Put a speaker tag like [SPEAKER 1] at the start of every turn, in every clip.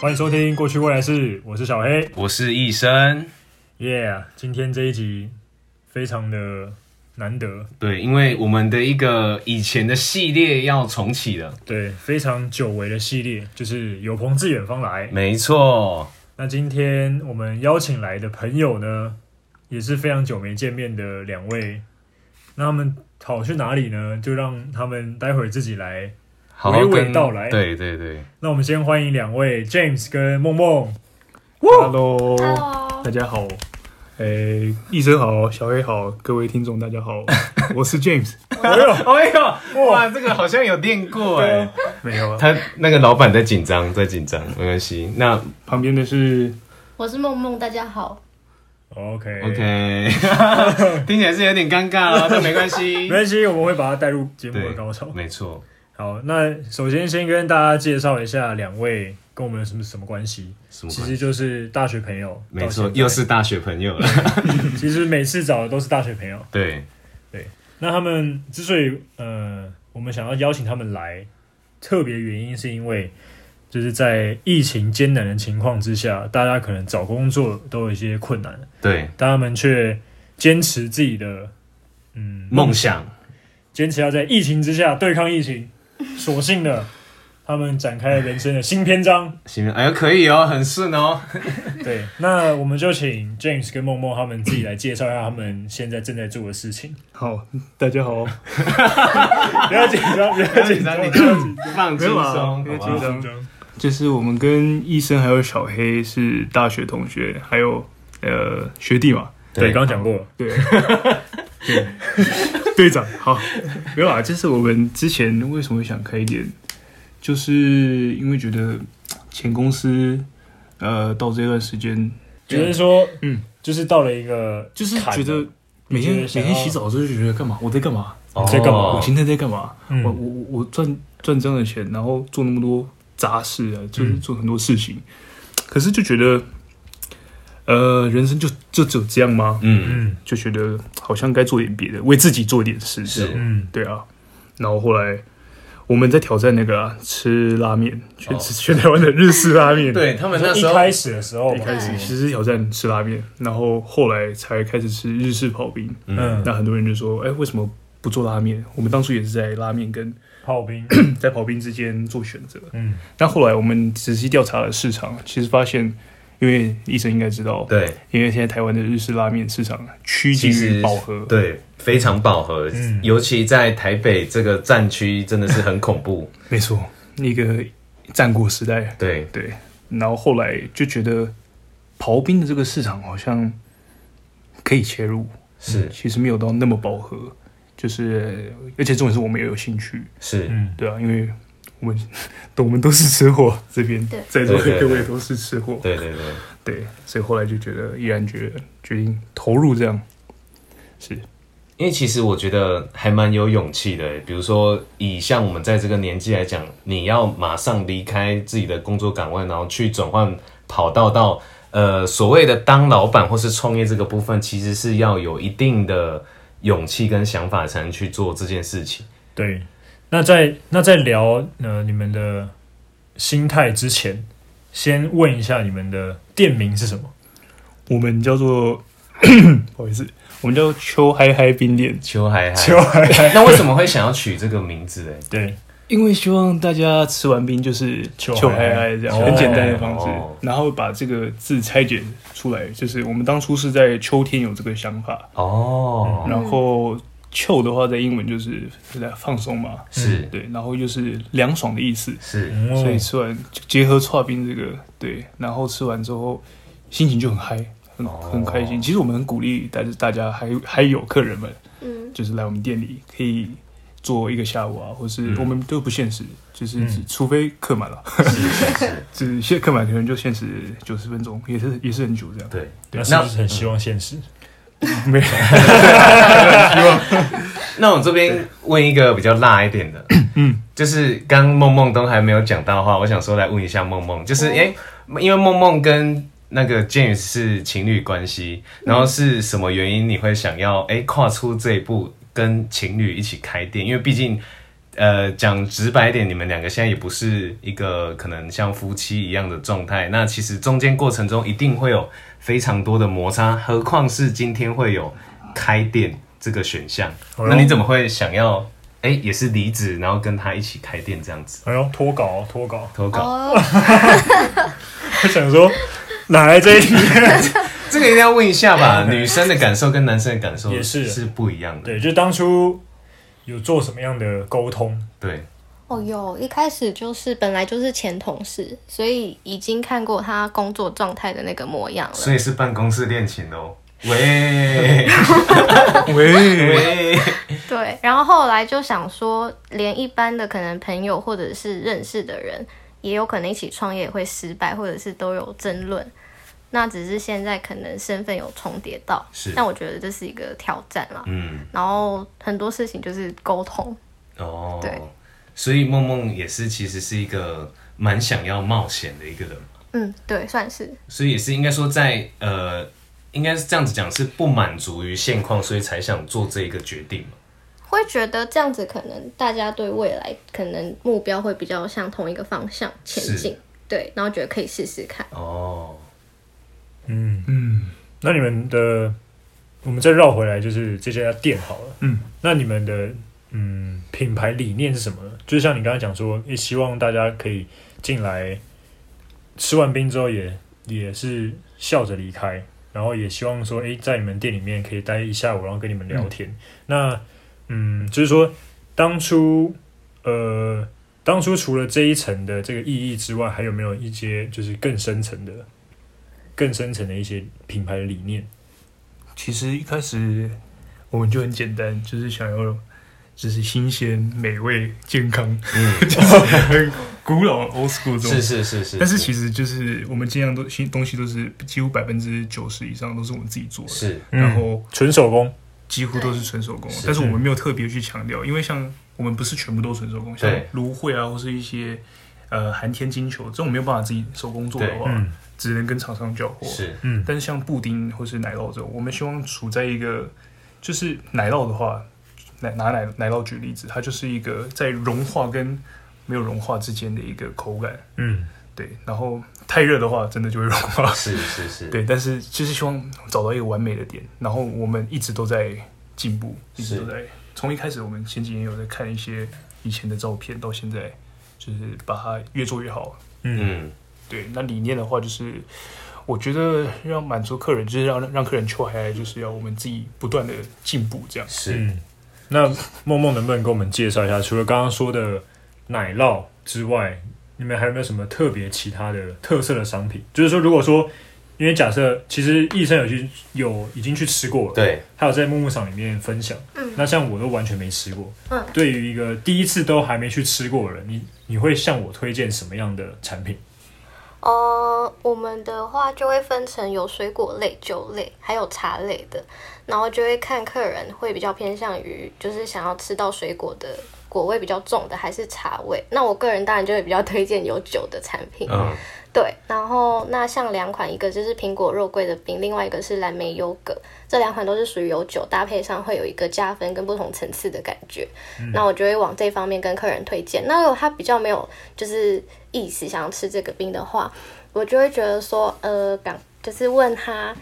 [SPEAKER 1] 欢迎收听《过去未来式》，我是小黑。
[SPEAKER 2] 我是医生。
[SPEAKER 1] Yeah，今天这一集非常的难得，
[SPEAKER 2] 对，因为我们的一个以前的系列要重启了，
[SPEAKER 1] 对，非常久违的系列，就是有朋自远方来。
[SPEAKER 2] 没错，
[SPEAKER 1] 那今天我们邀请来的朋友呢，也是非常久没见面的两位，那他们跑去哪里呢？就让他们待会儿自己来。
[SPEAKER 2] 好好
[SPEAKER 1] 娓娓
[SPEAKER 2] 跟
[SPEAKER 1] 道来
[SPEAKER 2] 对对对，
[SPEAKER 1] 那我们先欢迎两位 James 跟梦梦。
[SPEAKER 3] Hello，
[SPEAKER 4] Hello，
[SPEAKER 3] 大家好，诶、医生好，小黑好，各位听众大家 好，我是 James，
[SPEAKER 1] 哎呦，
[SPEAKER 2] 哎呦，哇，这个好像有练过哎。
[SPEAKER 3] 没有啊，
[SPEAKER 2] 他那个老板在紧张，在紧张，没关系。那
[SPEAKER 3] 旁边的是
[SPEAKER 4] 我是梦梦，大家好。
[SPEAKER 1] OK
[SPEAKER 2] OK，听 起来是有点尴尬 了，但没关系
[SPEAKER 1] 没。关系，我们会把它带入节目的
[SPEAKER 2] 对
[SPEAKER 1] 高潮，。
[SPEAKER 2] 没错，
[SPEAKER 1] 好，那首先先跟大家介绍一下两位跟我们有什么什么关系，
[SPEAKER 2] 什么
[SPEAKER 1] 其
[SPEAKER 2] 关
[SPEAKER 1] 实
[SPEAKER 2] 系？
[SPEAKER 1] 就是大学朋友。
[SPEAKER 2] 没错
[SPEAKER 1] 到现，在
[SPEAKER 2] 又是大学 朋友了。
[SPEAKER 1] 其实每次找的都是大学朋友。
[SPEAKER 2] 对，
[SPEAKER 1] 那他们之所以呃，我们想要邀请他们来，特别原因是因为就是在疫情艰难的情况之下，大家可能找工作都有一些困难，
[SPEAKER 2] 对，
[SPEAKER 1] 但他们却坚持自己的嗯
[SPEAKER 2] 梦想，
[SPEAKER 1] 坚持要在疫情之下对抗疫情，所幸的，他们展开了人生的新篇章。
[SPEAKER 2] 行，哎呦，可以哦，很顺哦。
[SPEAKER 1] 对，那我们就请 James 跟梦梦他们自己来介绍一下他们现在正在做的事情。
[SPEAKER 3] 好，大家好，
[SPEAKER 1] 不要紧张，不要 紧张，
[SPEAKER 2] 你
[SPEAKER 1] 不要紧
[SPEAKER 2] 放轻
[SPEAKER 3] 没有
[SPEAKER 2] 松，
[SPEAKER 3] 啊
[SPEAKER 2] 好
[SPEAKER 3] 没有
[SPEAKER 2] 不
[SPEAKER 3] 紧
[SPEAKER 2] 好
[SPEAKER 3] 张？
[SPEAKER 1] 张。
[SPEAKER 3] 就是我们跟医生还有小黑是大学同学，还有呃学弟嘛，
[SPEAKER 1] 对，刚刚讲过了，
[SPEAKER 3] 对， 对，队长，好，没有啊，这是我们之前为什么想开店，就是因为觉得前公司呃到这段时间
[SPEAKER 1] 觉得说，嗯
[SPEAKER 3] 嗯，
[SPEAKER 1] 就是到了一个，
[SPEAKER 3] 就是
[SPEAKER 1] 砍
[SPEAKER 3] 觉得
[SPEAKER 1] 了
[SPEAKER 3] 每天
[SPEAKER 1] 你觉
[SPEAKER 3] 每
[SPEAKER 1] 得想要
[SPEAKER 3] 天洗澡的时候就觉得干嘛？我在干嘛？
[SPEAKER 2] 哦
[SPEAKER 1] 在干嘛
[SPEAKER 3] 我今天在干嘛？
[SPEAKER 1] 嗯
[SPEAKER 3] 我我我我赚赚这样的钱，然后做那么多杂事啊，就是
[SPEAKER 1] 嗯
[SPEAKER 3] 做很多事情，可是就觉得，呃，人生就就只有这样吗？
[SPEAKER 2] 嗯，
[SPEAKER 1] 嗯
[SPEAKER 3] 就觉得好像该做点别的，为自己做点事情。
[SPEAKER 2] 是
[SPEAKER 1] 嗯，
[SPEAKER 3] 对啊，然后后来我们在挑战那个、啊、吃拉面，全、
[SPEAKER 2] 哦
[SPEAKER 3] 全台湾的日式拉面。
[SPEAKER 2] 对他们那
[SPEAKER 1] 一
[SPEAKER 2] 时候
[SPEAKER 1] 开始的时候嘛，
[SPEAKER 4] 开始
[SPEAKER 3] 其实挑战吃拉面，然后后来才开始吃日式刨冰。
[SPEAKER 1] 嗯，
[SPEAKER 3] 那很多人就说：“哎、为什么不做拉面？”我们当初也是在拉面跟
[SPEAKER 1] 炮兵，
[SPEAKER 2] 嗯
[SPEAKER 3] 在刨冰之间做选择。
[SPEAKER 1] 嗯，
[SPEAKER 3] 但后来我们仔细调查了市场，其实发现，因为医生应该知道，，
[SPEAKER 2] 对，
[SPEAKER 3] 因为现在台湾的日式拉面市场趋近
[SPEAKER 2] 其实
[SPEAKER 3] 于饱和，，
[SPEAKER 2] 对，非常饱和，
[SPEAKER 1] 嗯
[SPEAKER 2] 尤其在台北这个战区真的是很恐怖。
[SPEAKER 1] 嗯
[SPEAKER 3] 没错，那个战国时代，
[SPEAKER 2] 对，
[SPEAKER 3] 对，然后后来就觉得刨冰的这个市场好像可以切入，
[SPEAKER 1] 嗯
[SPEAKER 2] 是
[SPEAKER 3] 其实没有到那么饱和，就是而且重点是我们也有兴趣，
[SPEAKER 2] 是，
[SPEAKER 1] 嗯，
[SPEAKER 3] 对啊，因为我们我们都是吃货，这边
[SPEAKER 4] 对
[SPEAKER 3] 在座
[SPEAKER 2] 对对
[SPEAKER 3] 的
[SPEAKER 2] 对
[SPEAKER 3] 各位都是吃货，
[SPEAKER 2] 对对对，
[SPEAKER 3] 对，所以后来就觉得毅然决决定投入这样，是
[SPEAKER 2] 因为其实我觉得还蛮有勇气的，欸比如说以像我们在这个年纪来讲，你要马上离开自己的工作岗位，然后去转换跑道到呃所谓的当老板或是创业这个部分，其实是要有一定的勇气跟想法才能去做这件事情。
[SPEAKER 1] 对。那在那在聊呃你们的心态之前，先问一下你们的店名是什么？
[SPEAKER 3] 我们叫做 不好意思，我们叫秋嗨嗨冰店。
[SPEAKER 2] 秋海海，
[SPEAKER 1] 海海，
[SPEAKER 2] 那为什么会想要取这个名字？哎，
[SPEAKER 1] 对，
[SPEAKER 3] 因为希望大家吃完冰就是
[SPEAKER 1] 求
[SPEAKER 3] 求
[SPEAKER 1] 嗨
[SPEAKER 3] 嗨
[SPEAKER 1] 嗨
[SPEAKER 3] 嗨这样，
[SPEAKER 1] 哦
[SPEAKER 3] 很简单的方式
[SPEAKER 2] 哦，
[SPEAKER 3] 然后把这个字拆解出来，就是我们当初是在秋天有这个想法，
[SPEAKER 2] 哦，
[SPEAKER 3] 然后秋的话在英文就是是在放松嘛，
[SPEAKER 2] 是
[SPEAKER 3] 对，然后就是凉爽的意思，
[SPEAKER 2] 是，
[SPEAKER 1] 嗯
[SPEAKER 3] 所以吃完结合刨冰这个对，然后吃完之后心情就很嗨，很
[SPEAKER 2] 哦
[SPEAKER 3] 很开心。其实我们很鼓励大家，大家还还有客人们，
[SPEAKER 4] 嗯，
[SPEAKER 3] 就是来我们店里可以做一个下午啊，或是我们都不限时，就是只
[SPEAKER 1] 嗯
[SPEAKER 3] 除非客满了， 只限客满可能就限时九十分钟，也是也是很久这样。
[SPEAKER 2] 对。
[SPEAKER 1] 那是不是很希望现实？
[SPEAKER 3] 没有，
[SPEAKER 2] 那我这边问一个比较辣一点的，嗯，就是刚刚梦梦都还没有讲到的话，我想说来问一下梦梦，就是
[SPEAKER 4] 哦
[SPEAKER 2] 哎、因为梦梦跟那个 James 是情侣关系，然后是什么原因你会想要哎、跨出这一步跟情侣一起开店？因为毕竟呃，讲直白一点，你们两个现在也不是一个可能像夫妻一样的状态。那其实中间过程中一定会有非常多的摩擦，何况是今天会有开店这个选项。
[SPEAKER 1] 哎呦
[SPEAKER 2] 那你怎么会想要？哎、也是离职，然后跟他一起开店这样子？
[SPEAKER 1] 哎呦，脱稿脱稿，
[SPEAKER 2] 投稿，
[SPEAKER 4] 哦，
[SPEAKER 1] 我想说哪来这一题？
[SPEAKER 2] 这个一定要问一下 吧。女生的感受跟男生的感受
[SPEAKER 1] 也是
[SPEAKER 2] 是不一样的。
[SPEAKER 1] 对，就当初有做什么样的沟通？
[SPEAKER 2] 对，
[SPEAKER 4] 哦有，一开始就是本来就是前同事，所以已经看过他工作状态的那个模样了。
[SPEAKER 2] 所以是办公室恋情哦。 喂
[SPEAKER 3] 喂，
[SPEAKER 2] 喂，
[SPEAKER 4] 对，然后后来就想说，连一般的可能朋友或者是认识的人，也有可能一起创业会失败，或者是都有争论。那只是现在可能身份有重叠到，
[SPEAKER 2] 是
[SPEAKER 4] 但我觉得这是一个挑战啦。
[SPEAKER 2] 嗯，
[SPEAKER 4] 然后很多事情就是沟通，
[SPEAKER 2] 哦，
[SPEAKER 4] 对，
[SPEAKER 2] 所以梦梦也是其实是一个蛮想要冒险的一个人，
[SPEAKER 4] 嗯，对，算是
[SPEAKER 2] 所以也是应该说在呃，应该是这样子讲，是不满足于现况，所以才想做这一个决定嘛。
[SPEAKER 4] 会觉得这样子可能大家对未来可能目标会比较向同一个方向前
[SPEAKER 2] 是
[SPEAKER 4] 进，对，然后觉得可以试试看。
[SPEAKER 2] 哦，
[SPEAKER 1] 嗯，
[SPEAKER 3] 嗯，
[SPEAKER 1] 那你们的，我们再绕回来，就是这家店好了。
[SPEAKER 3] 嗯，
[SPEAKER 1] 那你们的嗯品牌理念是什么呢？就是像你刚才讲说，也希望大家可以进来吃完冰之后也也是笑着离开，然后也希望说，诶，在你们店里面可以待一下午，然后跟你们聊天。那嗯，就是说当初呃。当初除了这一层的这个意义之外，还有没有一些就是更深层的更深层的一些品牌的理念。
[SPEAKER 3] 其实一开始我们就很简单，就是想要就是新鲜、美味、健康，
[SPEAKER 2] 嗯，
[SPEAKER 3] 就是很古老 old school 这种
[SPEAKER 2] 是是是是，
[SPEAKER 3] 但是其实就是我们尽量都新东西都是几乎百分之九十以上都是我们自己做的，
[SPEAKER 2] 是嗯
[SPEAKER 3] 然后
[SPEAKER 1] 纯手工，
[SPEAKER 3] 几乎都是纯手工
[SPEAKER 2] 是，
[SPEAKER 3] 但是我们没有特别去强调，因为像我们不是全部都纯手工，像
[SPEAKER 2] 对
[SPEAKER 3] 芦荟啊或是一些呃寒天金球这种没有办法自己手工做的话，
[SPEAKER 1] 嗯
[SPEAKER 3] 只能跟厂商交货。
[SPEAKER 2] 是
[SPEAKER 1] 嗯，
[SPEAKER 3] 但是像布丁或是奶酪这种，我们希望处在一个就是奶酪的话，奶拿奶奶酪举例子，它就是一个在融化跟没有融化之间的一个口感。
[SPEAKER 1] 嗯，
[SPEAKER 3] 对，然后太热的话，真的就会 融化。
[SPEAKER 2] 是是是，
[SPEAKER 3] 对，但是就是希望找到一个完美的点，然后我们一直都在进步，一直
[SPEAKER 2] 是
[SPEAKER 3] 都在。从一开始，我们前几年有在看一些以前的照片，到现在就是把它越做越好。
[SPEAKER 2] 嗯，
[SPEAKER 3] 对，那理念的话，就是我觉得要满足客人，就是让让客人求海，就是要我们自己不断的进步，这样。
[SPEAKER 2] 是
[SPEAKER 1] 嗯。那梦梦能不能给我们介绍一下，除了刚刚说的奶酪之外，你们还有没有什么特别其他的特色的商品？就是说，如果说，因为假设其实医生有去有已经去吃过了，
[SPEAKER 2] 对，
[SPEAKER 1] 还有在木木赏里面分享，
[SPEAKER 4] 嗯
[SPEAKER 1] 那像我都完全没吃过，
[SPEAKER 4] 嗯，
[SPEAKER 1] 对于一个第一次都还没去吃过的人，你你会向我推荐什么样的产品？
[SPEAKER 2] 嗯
[SPEAKER 4] 呃，我们的话就会分成有水果类、酒类，还有茶类的，然后就会看客人会比较偏向于就是想要吃到水果的果味比较重的，还是茶味。那我个人当然就会比较推荐有酒的产品，
[SPEAKER 2] 嗯，
[SPEAKER 4] 对。然后那像两款，一个就是苹果肉桂的冰，另外一个是蓝莓优格，这两款都是属于有酒搭配上会有一个加分跟不同层次的感觉。那我就会往这方面跟客人推荐。那如果他比较没有就是意思想要吃这个冰的话，我就会觉得说，呃，赶就是问他，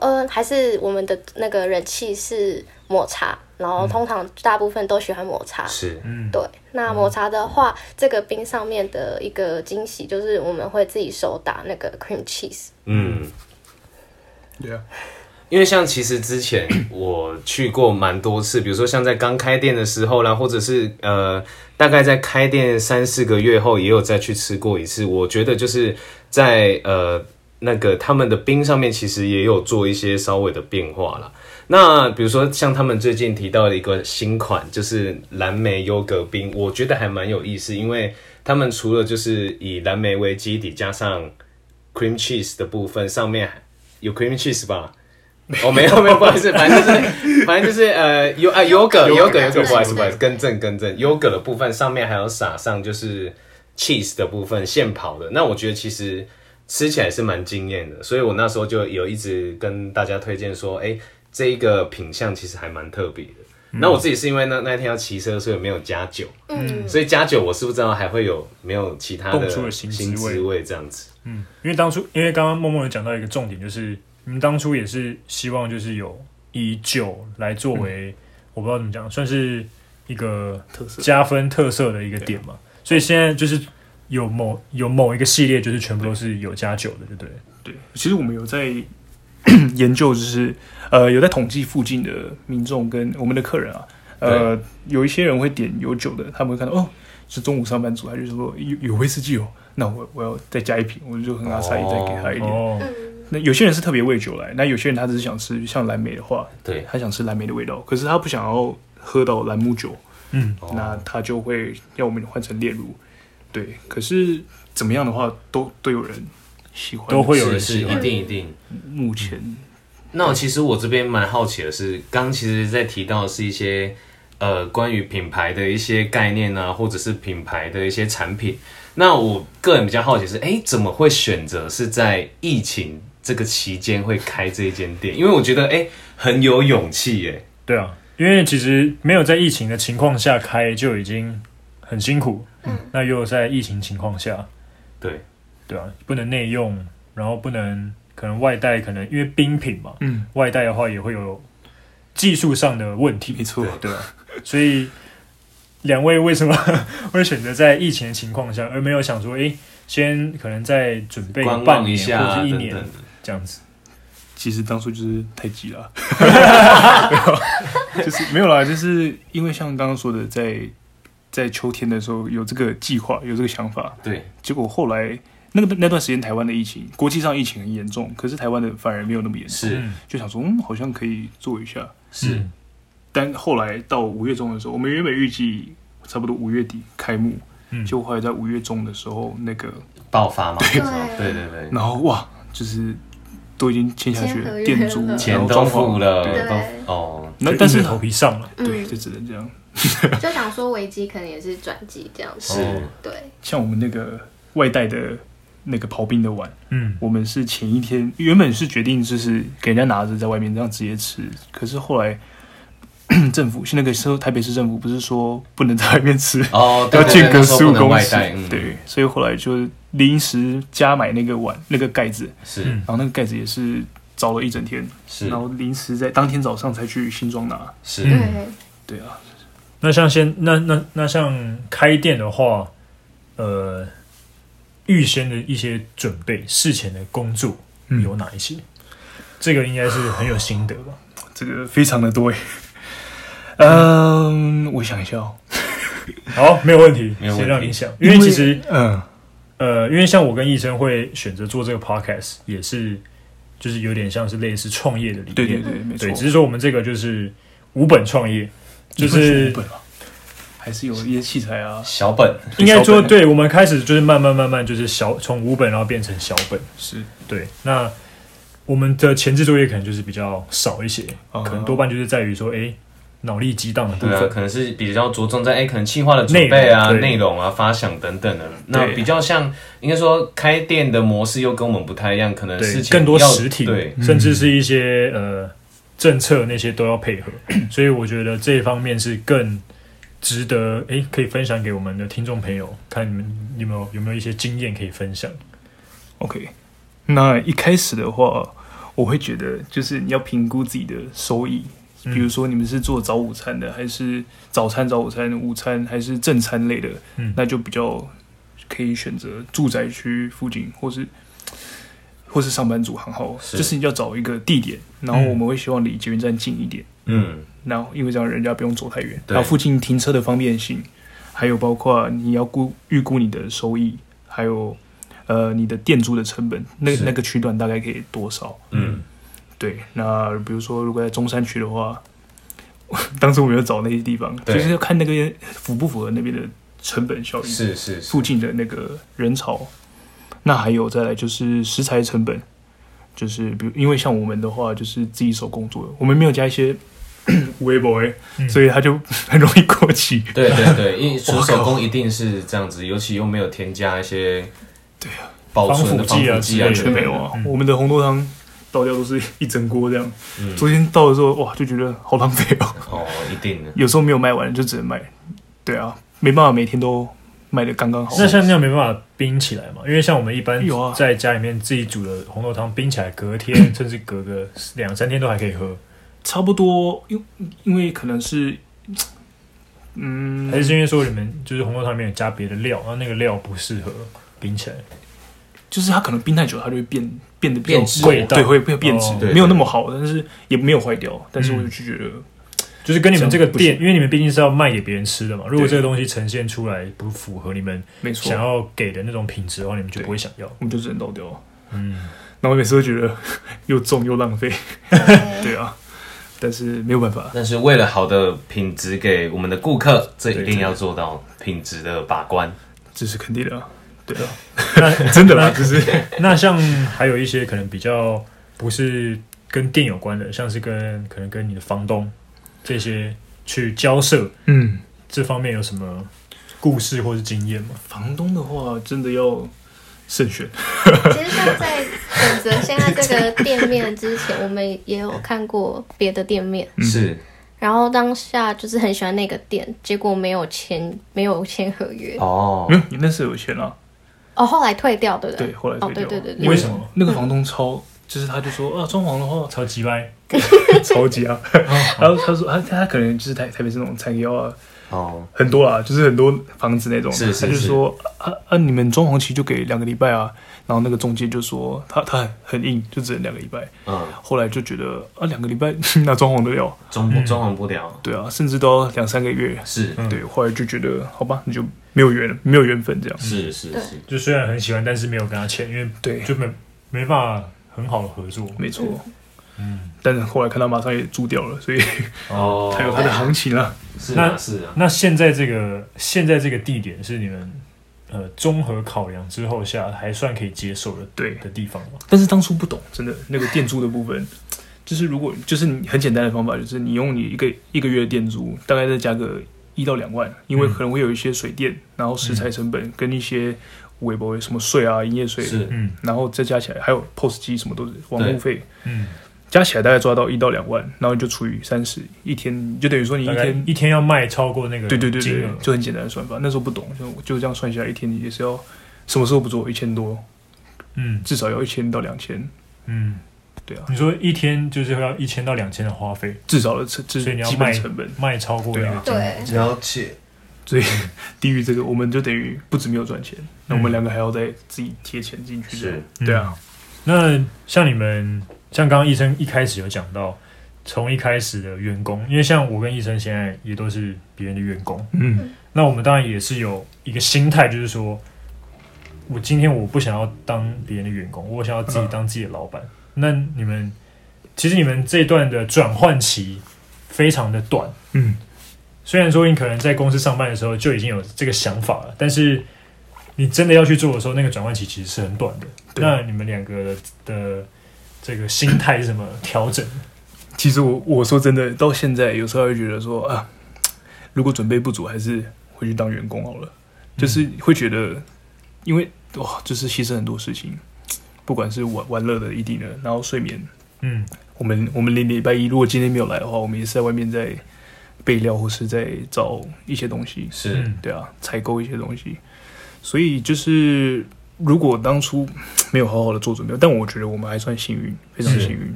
[SPEAKER 4] 呃，还是我们的那个人气是抹茶，然后通常大部分都喜欢抹茶。
[SPEAKER 2] 是
[SPEAKER 3] 嗯
[SPEAKER 4] 对，那抹茶的话，这个冰上面的一个惊喜就是我们会自己手打那个 cream cheese。
[SPEAKER 2] 嗯。
[SPEAKER 3] 对啊，
[SPEAKER 2] 因为像其实之前 我去过蛮多次，比如说像在刚开店的时候啦，或者是呃大概在开店三四个月后，也有再去吃过一次。我觉得就是在呃那个他们的冰上面，其实也有做一些稍微的变化啦。那比如说像他们最近提到的一个新款，就是蓝莓优格冰，我觉得还蛮有意思，因为他们除了就是以蓝莓为基底，加上 cream cheese 的部分，上面有 cream cheese 吧？哦，没有没有，不好意思，反正就是 反正就是呃优啊优格优格优格，不好意思不好意思，更正更正，优格的部分上面还有撒上就是 cheese 的部分现刨的，那我觉得其实吃起来是蛮惊艳的，所以我那时候就有一直跟大家推荐说，哎、这一个品相其实还蛮特别的。
[SPEAKER 1] 嗯
[SPEAKER 2] 那我自己是因为那那天要骑车，所以没有加酒，
[SPEAKER 4] 嗯，
[SPEAKER 2] 所以加酒我是不知道还会有没有其他的
[SPEAKER 1] 蹦出的新滋味
[SPEAKER 2] 滋味这样子。
[SPEAKER 1] 嗯，因为当初，因为刚刚默默有讲到一个重点，就是你们当初也是希望就是有以酒来作为，我不知道怎么讲，算是一个
[SPEAKER 3] 嗯特色
[SPEAKER 1] 加分特色的一个点嘛。所以现在就是有某有某一个系列，就是全部都是有加酒的，对不对了？
[SPEAKER 3] 对，其实我们有在 研究，就是呃有在统计附近的民众跟我们的客人啊，呃有一些人会点有酒的，他们会看到哦是中午上班族，他就说有有威士忌哦，那我我要再加一瓶，我就很阿萨伊再给他一点。
[SPEAKER 1] 哦，
[SPEAKER 3] 那有些人是特别为酒来，那有些人他只是想吃，像蓝莓的话，
[SPEAKER 2] 对
[SPEAKER 3] 他想吃蓝莓的味道，可是他不想要喝到蓝姆酒，
[SPEAKER 1] 嗯，
[SPEAKER 3] 那他就会要我们换成炼乳，对。可是怎么样的话，都都有人喜欢，
[SPEAKER 1] 都会有
[SPEAKER 2] 是
[SPEAKER 1] 人
[SPEAKER 2] 是
[SPEAKER 1] 喜
[SPEAKER 2] 一
[SPEAKER 1] 欢。
[SPEAKER 2] 定一定。
[SPEAKER 3] 目前
[SPEAKER 2] 那我其实我这边蛮好奇的是，刚其实在提到的是一些呃关于品牌的一些概念啊，或者是品牌的一些产品。那我个人比较好奇是，哎、怎么会选择是在疫情这个期间会开这一间店？因为我觉得哎、诶很有勇气耶、
[SPEAKER 1] 对啊，因为其实没有在疫情的情况下开就已经很辛苦，嗯，那又在疫情情况下，
[SPEAKER 2] 对
[SPEAKER 1] 对啊，不能内用，然后不能可能外带，可能因为冰品嘛，
[SPEAKER 3] 嗯，
[SPEAKER 1] 外带的话也会有技术上的问题，
[SPEAKER 3] 没错，
[SPEAKER 1] 对啊，所以两位为什么 会选择在疫情的情况下，而没有想说，诶，先可能再准备
[SPEAKER 2] 观
[SPEAKER 1] 半
[SPEAKER 2] 望一
[SPEAKER 1] 年
[SPEAKER 2] 下
[SPEAKER 1] 或
[SPEAKER 2] 啊
[SPEAKER 1] 者一
[SPEAKER 2] 等
[SPEAKER 1] 年
[SPEAKER 2] 等的。
[SPEAKER 1] 这样子？
[SPEAKER 3] 其实当初就是太 急了，没有就是没有啦，就是因为像刚刚说的，在在秋天的时候有这个计划，有这个想法，
[SPEAKER 2] 对，
[SPEAKER 3] 结果后来那个那段时间台湾的疫情，国际上疫情很严重，可是台湾的反而没有那么严重，
[SPEAKER 2] 是
[SPEAKER 1] 嗯
[SPEAKER 3] 就想说嗯，好像可以做一下。
[SPEAKER 2] 是
[SPEAKER 1] 嗯
[SPEAKER 3] 但后来到五月中的时候，我们原本预计差不多五月底开幕，
[SPEAKER 1] 嗯
[SPEAKER 3] 就后来在五月中的时候，那个
[SPEAKER 2] 爆发嘛，
[SPEAKER 4] 对
[SPEAKER 2] 对对对，
[SPEAKER 3] 然后哇，就是都已经签下去
[SPEAKER 4] 签合
[SPEAKER 3] 了，
[SPEAKER 4] 约
[SPEAKER 3] 店租
[SPEAKER 4] 了
[SPEAKER 2] 钱
[SPEAKER 3] 然后
[SPEAKER 2] 都
[SPEAKER 3] 装潢
[SPEAKER 2] 付了，
[SPEAKER 3] 对
[SPEAKER 4] 对
[SPEAKER 2] 都哦，
[SPEAKER 3] 那
[SPEAKER 1] 就
[SPEAKER 3] 但是
[SPEAKER 1] 硬着头皮上了，
[SPEAKER 3] 对，
[SPEAKER 4] 嗯，
[SPEAKER 3] 就只能这样。
[SPEAKER 4] 就想说危机可能也是转机这样子，
[SPEAKER 2] 是
[SPEAKER 1] 哦
[SPEAKER 4] 对，
[SPEAKER 3] 像我们那个外带的那个刨冰的碗，
[SPEAKER 1] 嗯，
[SPEAKER 3] 我们是前一天原本是决定就是给人家拿着在外面这样直接吃，可是后来 政府是那个时候台北市政府不是说不能在外面吃，
[SPEAKER 2] 哦，对
[SPEAKER 3] 要
[SPEAKER 2] 对
[SPEAKER 3] 间
[SPEAKER 2] 对
[SPEAKER 3] 隔
[SPEAKER 2] 那时候
[SPEAKER 3] 十
[SPEAKER 2] 不
[SPEAKER 3] 五
[SPEAKER 2] 能
[SPEAKER 3] 公
[SPEAKER 2] 外
[SPEAKER 3] 尺
[SPEAKER 2] 带，嗯，，
[SPEAKER 3] 对，所以后来就临时加买那个碗那个盖子，
[SPEAKER 2] 是
[SPEAKER 1] 嗯
[SPEAKER 3] 然后那个盖子也是找了一整天，
[SPEAKER 2] 是
[SPEAKER 3] 然后临时在当天早上才去新庄拿。
[SPEAKER 2] 是
[SPEAKER 1] 嗯
[SPEAKER 3] 对
[SPEAKER 4] 对，
[SPEAKER 3] 啊，
[SPEAKER 1] 那像先那那那像开店的话，呃，预先的一些准备、事前的工作
[SPEAKER 3] 嗯
[SPEAKER 1] 有哪一些？这个应该是很有心得吧？
[SPEAKER 3] 这个非常的多耶。嗯，我想一下、哦，
[SPEAKER 1] 好，没有问题，
[SPEAKER 2] 没有问题
[SPEAKER 1] 先让你想，因为其实
[SPEAKER 3] 嗯，
[SPEAKER 1] 呃，因为像我跟医生会选择做这个 podcast，也是就是有点像是类似创业的理念，
[SPEAKER 3] 对对对，没错，
[SPEAKER 1] 对只是说我们这个就是无本创业，就
[SPEAKER 3] 就是
[SPEAKER 1] 是
[SPEAKER 3] 本啊，还是有一些器材啊，
[SPEAKER 2] 小本，
[SPEAKER 1] 应该
[SPEAKER 3] 小
[SPEAKER 1] 说，
[SPEAKER 3] 本啊
[SPEAKER 1] 对我们开始就是慢慢慢慢就是小从无本然后变成小本。
[SPEAKER 3] 是
[SPEAKER 1] 对，那我们的前置作业可能就是比较少一些，
[SPEAKER 3] 哦
[SPEAKER 1] 可能多半就是在于说，哎，脑力激荡的部
[SPEAKER 2] 对啊，
[SPEAKER 1] 分。
[SPEAKER 2] 可能是比较着重在哎、可能企划的准备
[SPEAKER 1] 内容
[SPEAKER 2] 啊、
[SPEAKER 1] 对啊
[SPEAKER 2] 内容啊、发想等等的。那
[SPEAKER 3] 对
[SPEAKER 2] 比较像，应该说开店的模式又跟我们不太一样，可能
[SPEAKER 1] 对
[SPEAKER 2] 事，情
[SPEAKER 1] 更多
[SPEAKER 2] 要
[SPEAKER 1] 实体
[SPEAKER 2] 对，，嗯
[SPEAKER 1] 甚至是一些呃政策那些都要配合，所以我觉得这一方面是更值得哎可以分享给我们的听众朋友，看你们有没有有没有一些经验可以分享。
[SPEAKER 3] OK，那一开始的话，我会觉得就是你要评估自己的收益，比如说你们是做早午餐的，还是早餐、早午餐、午餐，还是正餐类的，
[SPEAKER 1] 嗯
[SPEAKER 3] 那就比较可以选择住宅区附近，或是或是上班族行号，
[SPEAKER 2] 是
[SPEAKER 3] 就是你要找一个地点，然后我们会希望离捷运站近一点，
[SPEAKER 2] 嗯，
[SPEAKER 3] 然后因为这样人家不用走太远，
[SPEAKER 2] 对
[SPEAKER 3] 然后附近停车的方便性，还有包括你要估预估你的收益，还有呃你的店租的成本，那
[SPEAKER 2] 是
[SPEAKER 3] 那个区段大概可以多少？
[SPEAKER 2] 嗯，
[SPEAKER 3] 对，那比如说如果在中山区的话， 当时我们有找那些地方，
[SPEAKER 2] 对
[SPEAKER 3] 就是要看那个符不符合那边的成本
[SPEAKER 1] 嗯
[SPEAKER 3] 效益，
[SPEAKER 2] 是是是，
[SPEAKER 3] 附近的那个人潮。那还有再来就是食材成本，就是比如因为像我们的话，就是自己手工做的，我们没有加一些 微博、
[SPEAKER 1] 嗯
[SPEAKER 3] 所以它就很容易过期。
[SPEAKER 2] 对对对，因为纯
[SPEAKER 3] 我靠
[SPEAKER 2] 手工一定是这样子，尤其又没有添加一些对啊保存的
[SPEAKER 1] 防
[SPEAKER 2] 防
[SPEAKER 1] 腐剂啊
[SPEAKER 2] 腐剂
[SPEAKER 1] 之类
[SPEAKER 2] 啊，
[SPEAKER 1] 的
[SPEAKER 3] 全没有啊！我们的红豆汤倒掉都是一整锅这样。
[SPEAKER 1] 嗯
[SPEAKER 3] 昨天倒的时候，哇，就觉得好浪费
[SPEAKER 1] 啊
[SPEAKER 3] 哦。
[SPEAKER 2] 哦，一定的。
[SPEAKER 3] 有时候没有卖完就只能卖，对啊，没办法每天都卖的刚刚好。
[SPEAKER 1] 那像那样没办法冰起来嘛？因为像我们一般
[SPEAKER 3] 有啊
[SPEAKER 1] 在家里面自己煮的红豆汤，冰起来隔 天甚至隔个两三天都还可以喝，
[SPEAKER 3] 差不多，因因为可能是，嗯，
[SPEAKER 1] 还是因为说你们就是红豆汤里面有加别的料，然后那个料不适合冰起来。
[SPEAKER 3] 就是它可能冰太久，它就会变变得比较
[SPEAKER 2] 变质
[SPEAKER 3] 贵，
[SPEAKER 1] 味
[SPEAKER 3] 对，
[SPEAKER 1] 道
[SPEAKER 3] 会会变质
[SPEAKER 1] 哦，
[SPEAKER 2] 对
[SPEAKER 3] 没有那么好，但是也没有坏掉。但是我就觉得，
[SPEAKER 1] 就是跟你们这个
[SPEAKER 3] 这样
[SPEAKER 1] 店，因为你们毕竟是要卖给别人吃的嘛。如果
[SPEAKER 3] 对
[SPEAKER 1] 这个东西呈现出来不符合你们
[SPEAKER 3] 没错
[SPEAKER 1] 想，要给的那种品质的话，你们就不会想 要。
[SPEAKER 3] 我们就只能倒掉了。
[SPEAKER 1] 嗯，
[SPEAKER 3] 然后每次都觉得 又重又浪费， 对啊，但是没有办法，
[SPEAKER 2] 但是为了好的品质给我们的顾客，这一定要做到品质的把关。
[SPEAKER 3] 这是肯定的啊，对啊，
[SPEAKER 1] 那
[SPEAKER 3] 真的啦，就是
[SPEAKER 1] 那像还有一些可能比较不是跟店有关的，像是跟可能跟你的房东这些去交涉
[SPEAKER 3] 嗯，
[SPEAKER 1] 这方面有什么故事或是经验吗？
[SPEAKER 3] 房东的话真的要慎选，
[SPEAKER 4] 其实像在选择现在这个店面之前，我们也有看过别的店面，
[SPEAKER 1] 嗯
[SPEAKER 2] 是
[SPEAKER 4] 然后当下就是很喜欢那个店，结果没有签，没有签合约，
[SPEAKER 2] 哦
[SPEAKER 3] 没，有，那是有钱啊，
[SPEAKER 4] 哦，后来退掉，对不对？
[SPEAKER 3] 对后来退掉啊
[SPEAKER 4] 哦，对对对对，
[SPEAKER 1] 为什么？
[SPEAKER 3] 那个房东超，就是他就说啊，装潢的话
[SPEAKER 1] 超级歪，
[SPEAKER 3] 超级啊，然 后他说他他可能就是台台北是那种餐饮啊，
[SPEAKER 2] 哦，
[SPEAKER 3] 很多啦，就是很多房子那种，
[SPEAKER 2] 是是
[SPEAKER 3] 他就是说啊啊，你们装潢期就给两个礼拜啊，然后那个中介就说他他很很硬，就只能两个礼拜，
[SPEAKER 2] 嗯，
[SPEAKER 3] 后来就觉得啊两个礼拜那装潢得了，
[SPEAKER 2] 装装潢不了，
[SPEAKER 3] 对啊，甚至都要两三个月，
[SPEAKER 2] 是
[SPEAKER 3] 对，后来就觉得好吧，你就没有缘没有缘分这样，
[SPEAKER 2] 是是是，
[SPEAKER 1] 就虽然很喜欢，但是没有跟他签，因为
[SPEAKER 3] 对
[SPEAKER 1] 就没没办法很好的合作。
[SPEAKER 3] 没错，嗯，但是后来看他马上也租掉了，所以
[SPEAKER 2] 哦，
[SPEAKER 3] 他有他的行情啦，
[SPEAKER 2] 是啊
[SPEAKER 1] 那
[SPEAKER 2] 是啊，
[SPEAKER 1] 那现在这个现在这个地点是你们呃综合考量之后下还算可以接受的
[SPEAKER 3] 对
[SPEAKER 1] 的地方吗？
[SPEAKER 3] 但是当初不懂，真的那个店租的部分，就是如果就是你很简单的方法，就是你用你一个一个月的店租，大概再加个一到两万，因为可能会有一些水电，然后食材成本跟一些微博什么税啊、营业税，
[SPEAKER 2] 是
[SPEAKER 1] 嗯
[SPEAKER 3] 然后再加起来还有 POS 机什么都是网
[SPEAKER 2] 对
[SPEAKER 3] 路费，
[SPEAKER 1] 嗯，
[SPEAKER 3] 加起来大概抓到一到两万，然后你就除以三十，一天你就等于说你一
[SPEAKER 1] 大概
[SPEAKER 3] 天。
[SPEAKER 1] 一天要卖超过那个
[SPEAKER 3] 对对对
[SPEAKER 1] 金
[SPEAKER 3] 对
[SPEAKER 1] 额，，
[SPEAKER 3] 就很简单的算法，那时候不懂，就就这样算下来，一天也是要什么时候不做一千多，
[SPEAKER 1] 嗯
[SPEAKER 3] 至少要一千到两千，
[SPEAKER 1] 嗯，
[SPEAKER 3] 对啊，
[SPEAKER 1] 你说一天就是要一千到两千的花费，
[SPEAKER 3] 至少的成，这
[SPEAKER 1] 所以
[SPEAKER 3] 是
[SPEAKER 1] 你要
[SPEAKER 3] 基
[SPEAKER 1] 卖
[SPEAKER 3] 本成本。
[SPEAKER 1] 卖超过
[SPEAKER 3] 啊
[SPEAKER 1] 那个金额，
[SPEAKER 4] 对，啊
[SPEAKER 2] 了解，
[SPEAKER 3] 所以低于这个，我们就等于不止没有赚钱，那我们两个还要再自己贴钱进去。
[SPEAKER 2] 是，
[SPEAKER 3] 对啊，
[SPEAKER 1] 嗯那像你们，像刚刚医生一开始有讲到，从一开始的员工，因为像我跟医生现在也都是别人的员工，
[SPEAKER 3] 嗯，
[SPEAKER 1] 那我们当然也是有一个心态，就是说，我今天我不想要当别人的员工，我想要自己当自己的老板。那你们，其实你们这一段的转换期非常的短，
[SPEAKER 3] 嗯，
[SPEAKER 1] 虽然说你可能在公司上班的时候就已经有这个想法了，但是你真的要去做的时候，那个转换期其实是很短的。
[SPEAKER 3] 对
[SPEAKER 1] 那你们两个的的这个心态是怎 么调整？
[SPEAKER 3] 其实我我说真的，到现在有时候会觉得说啊，如果准备不足，还是回去当员工好了。就是会觉得，因为哇，就是牺牲很多事情，不管是玩玩乐的一定的，然后睡眠，
[SPEAKER 1] 嗯，
[SPEAKER 3] 我们我们连礼拜一如果今天没有来的话，我们也是在外面在备料或是在找一些东西。
[SPEAKER 2] 是
[SPEAKER 1] 嗯
[SPEAKER 3] 对啊，采购一些东西。所以就是，如果当初没有好好的做准备，但我觉得我们还算幸运，非常
[SPEAKER 1] 是
[SPEAKER 3] 幸运，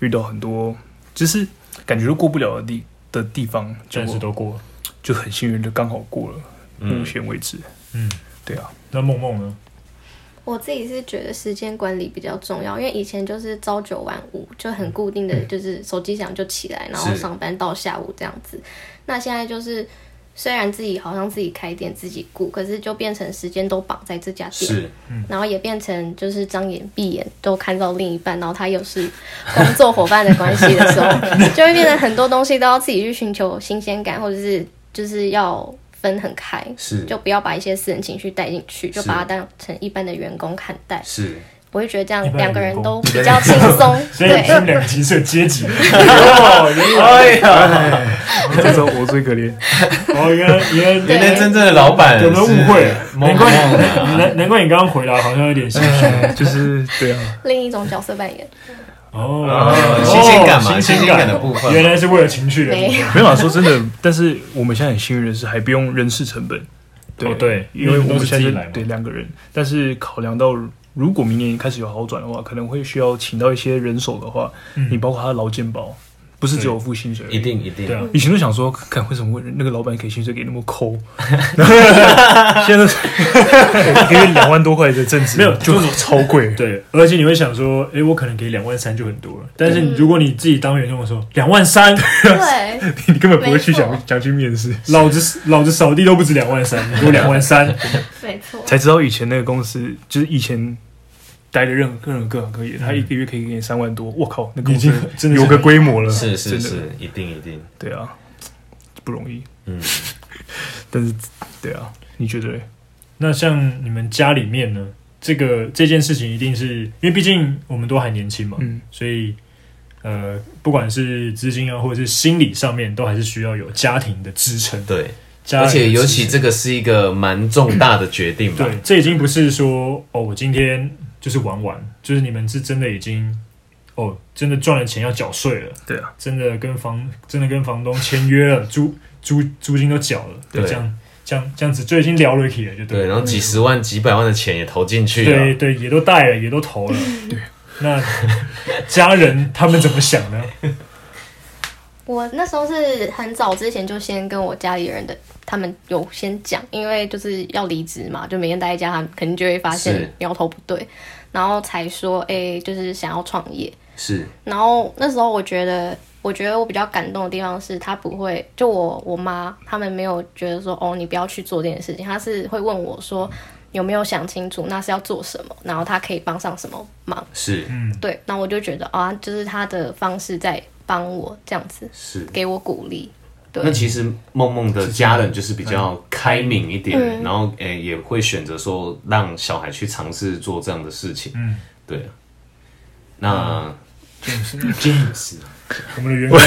[SPEAKER 3] 遇到很多就是感觉都过不了的地的地方，就
[SPEAKER 1] 暂时都过了。
[SPEAKER 3] 就很幸运的刚好过了，目
[SPEAKER 2] 嗯
[SPEAKER 3] 前为止，
[SPEAKER 1] 嗯，
[SPEAKER 3] 对啊，
[SPEAKER 1] 那梦梦呢？
[SPEAKER 4] 我自己是觉得时间管理比较重要，因为以前就是朝九晚五，就很固定的，就是手机响就起来，然后
[SPEAKER 2] 是
[SPEAKER 4] 上班到下午这样子。那现在就是虽然自己好像自己开店自己顾，可是就变成时间都绑在这家店，
[SPEAKER 2] 是，
[SPEAKER 4] 然后也变成就是张眼闭眼都看到另一半，然后他又是工作伙伴的关系的 时候，就会变成很多东西都要自己去寻求新鲜感，或者是就是要分很开。
[SPEAKER 2] 是
[SPEAKER 4] 就不要把一些私人情绪带进去，就是把它当成一般的员工看待。
[SPEAKER 2] 是，
[SPEAKER 4] 我会觉得这样
[SPEAKER 1] 一般的
[SPEAKER 4] 两个人
[SPEAKER 1] 员工
[SPEAKER 4] 都比较轻 松，
[SPEAKER 1] 所以你
[SPEAKER 4] 对
[SPEAKER 1] 们两个其实有阶 级。哦
[SPEAKER 2] 哎呀，
[SPEAKER 3] 这时候我最可怜，
[SPEAKER 1] 哦，原来原来
[SPEAKER 2] 原来真正的老板
[SPEAKER 1] 有人误会了，
[SPEAKER 2] 是
[SPEAKER 1] 难
[SPEAKER 2] 梦
[SPEAKER 1] 怪
[SPEAKER 2] 梦啊
[SPEAKER 3] 嗯
[SPEAKER 1] 难难怪你刚刚回答好像有点心虚。
[SPEAKER 3] 就是对啊，
[SPEAKER 4] 另一种角色扮演。
[SPEAKER 1] 哦，
[SPEAKER 2] 呃，新鲜感嘛，
[SPEAKER 1] 哦新
[SPEAKER 2] 新鲜
[SPEAKER 1] 鲜
[SPEAKER 2] 感
[SPEAKER 1] 感
[SPEAKER 2] 的部分
[SPEAKER 1] 原
[SPEAKER 2] 嘛。
[SPEAKER 1] 来是为了情绪的部分
[SPEAKER 4] 没有，
[SPEAKER 3] 没有啊，说真的，但是我们现在很幸运的是还不用人事成本。对、
[SPEAKER 1] 哦对
[SPEAKER 3] 因为我
[SPEAKER 1] 因为都
[SPEAKER 3] 们现
[SPEAKER 1] 是自
[SPEAKER 3] 在
[SPEAKER 1] 己来嘛
[SPEAKER 3] 对两个人，但是考量到如果明年开始有好转的话，可能会需要请到一些人手的话，你包括他的劳健保，不是只有付薪水而
[SPEAKER 2] 一
[SPEAKER 3] 已。
[SPEAKER 2] 定一定，
[SPEAKER 1] 对啊
[SPEAKER 3] 以前都想说，看为什么会那个老板给薪水给那么抠，现在都是一个月两万多块的正 职，
[SPEAKER 1] 没有
[SPEAKER 3] 就超贵。
[SPEAKER 1] 对，而且你会想说，诶，我可能给两万三就很多了，但是你如果你自己当员工的时候，两万 三，
[SPEAKER 4] 对，
[SPEAKER 3] 你根本不会去
[SPEAKER 4] 没错
[SPEAKER 3] 想想去面试，
[SPEAKER 1] 老子老子扫地都不止两万三，你给我两万 三，
[SPEAKER 4] 没错，
[SPEAKER 3] 才知道以前那个公司就是以前待的任何任何各行各业，他一个月可以给你三万多，我靠，那公
[SPEAKER 1] 已 经
[SPEAKER 3] 司
[SPEAKER 1] 真的是
[SPEAKER 3] 有个规模了，
[SPEAKER 2] 是是
[SPEAKER 3] 真的，
[SPEAKER 2] 是，一定一定。
[SPEAKER 3] 对啊，不容易，
[SPEAKER 2] 嗯，
[SPEAKER 3] 但是对啊，你觉得嘞？
[SPEAKER 1] 那像你们家里面呢，这个这件事情一定是因为毕竟我们都还年轻嘛，
[SPEAKER 3] 嗯，
[SPEAKER 1] 所以呃，不管是资金啊，或者是心理上面，都还是需要有家庭的支撑。
[SPEAKER 2] 对，
[SPEAKER 1] 家
[SPEAKER 2] 而
[SPEAKER 1] 人的
[SPEAKER 2] 且尤
[SPEAKER 1] 支
[SPEAKER 2] 其
[SPEAKER 1] 撑
[SPEAKER 2] 这个是一个蛮重大的决定吧
[SPEAKER 1] 对，，这已经不是说哦，我今天就是玩玩，就是你们是真的已经哦，真的赚了钱要缴税了，
[SPEAKER 3] 对啊，
[SPEAKER 1] 真的跟房真的跟房东签约了，租租租金都缴了，
[SPEAKER 2] 对
[SPEAKER 1] 这样这样这样子就已经聊了起了，就对
[SPEAKER 2] 对，
[SPEAKER 1] 了，
[SPEAKER 2] 然后几十万、几百万的钱也投进去啊
[SPEAKER 1] 对
[SPEAKER 2] 了，
[SPEAKER 1] 对，也都贷了，也都投了，对，那家人他们怎么想呢？
[SPEAKER 4] 我那时候是很早之前就先跟我家里人的他们有先讲，因为就是要离职嘛，就每天待在家，他们肯定就会发
[SPEAKER 2] 是
[SPEAKER 4] 现苗头不对，然后才说，哎、就是想要创业。
[SPEAKER 2] 是
[SPEAKER 4] 然后那时候我觉得，我觉得我比较感动的地方是，他不会就我我妈他们没有觉得说哦你不要去做这件事情，他是会问我说有没有想清楚那是要做什么，然后他可以帮上什么忙。
[SPEAKER 2] 是
[SPEAKER 4] 对，那我就觉得啊，就是他的方式在帮我这样子，
[SPEAKER 2] 是。
[SPEAKER 4] 给我鼓励。对
[SPEAKER 2] 那其实梦梦的家人就是比较开明一点，
[SPEAKER 4] 嗯
[SPEAKER 2] 然后诶、也会选择说让小孩去尝试做这样的事情。
[SPEAKER 1] 嗯，
[SPEAKER 2] 对啊。那 James，
[SPEAKER 1] 我们的员工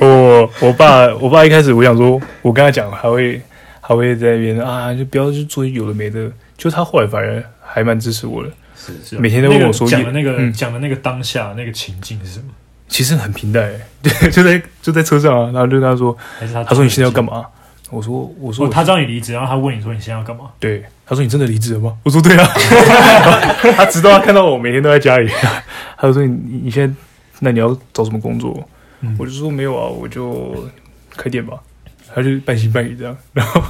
[SPEAKER 3] 嗯我我爸我爸一开始我想说，我跟他讲还会还会在那边啊，就不要去做有的没的，就他后来反而还蛮支持我的，
[SPEAKER 2] 是是
[SPEAKER 3] 每天都
[SPEAKER 1] 那
[SPEAKER 3] 问
[SPEAKER 1] 个
[SPEAKER 3] 我说
[SPEAKER 1] 讲的那个
[SPEAKER 3] 嗯
[SPEAKER 1] 讲的那个当下那个情境是什么？
[SPEAKER 3] 其实很平淡、欸， 对，就在就在车上啊，然后就跟他说，
[SPEAKER 1] 还是他
[SPEAKER 3] 他说你现在要干
[SPEAKER 1] 嘛？
[SPEAKER 3] 嘛？我说我说
[SPEAKER 1] 哦，
[SPEAKER 3] 我
[SPEAKER 1] 他知道你离职，然后他问你说你现在要干 嘛？
[SPEAKER 3] 对，他说你真的离职了吗？我说对啊， 他直到他看到我每天都在家里， 他就说你你你现在那你要找什么工作？
[SPEAKER 1] 嗯
[SPEAKER 3] 我就说没有啊，我就开店吧。他就半信半疑这样，然后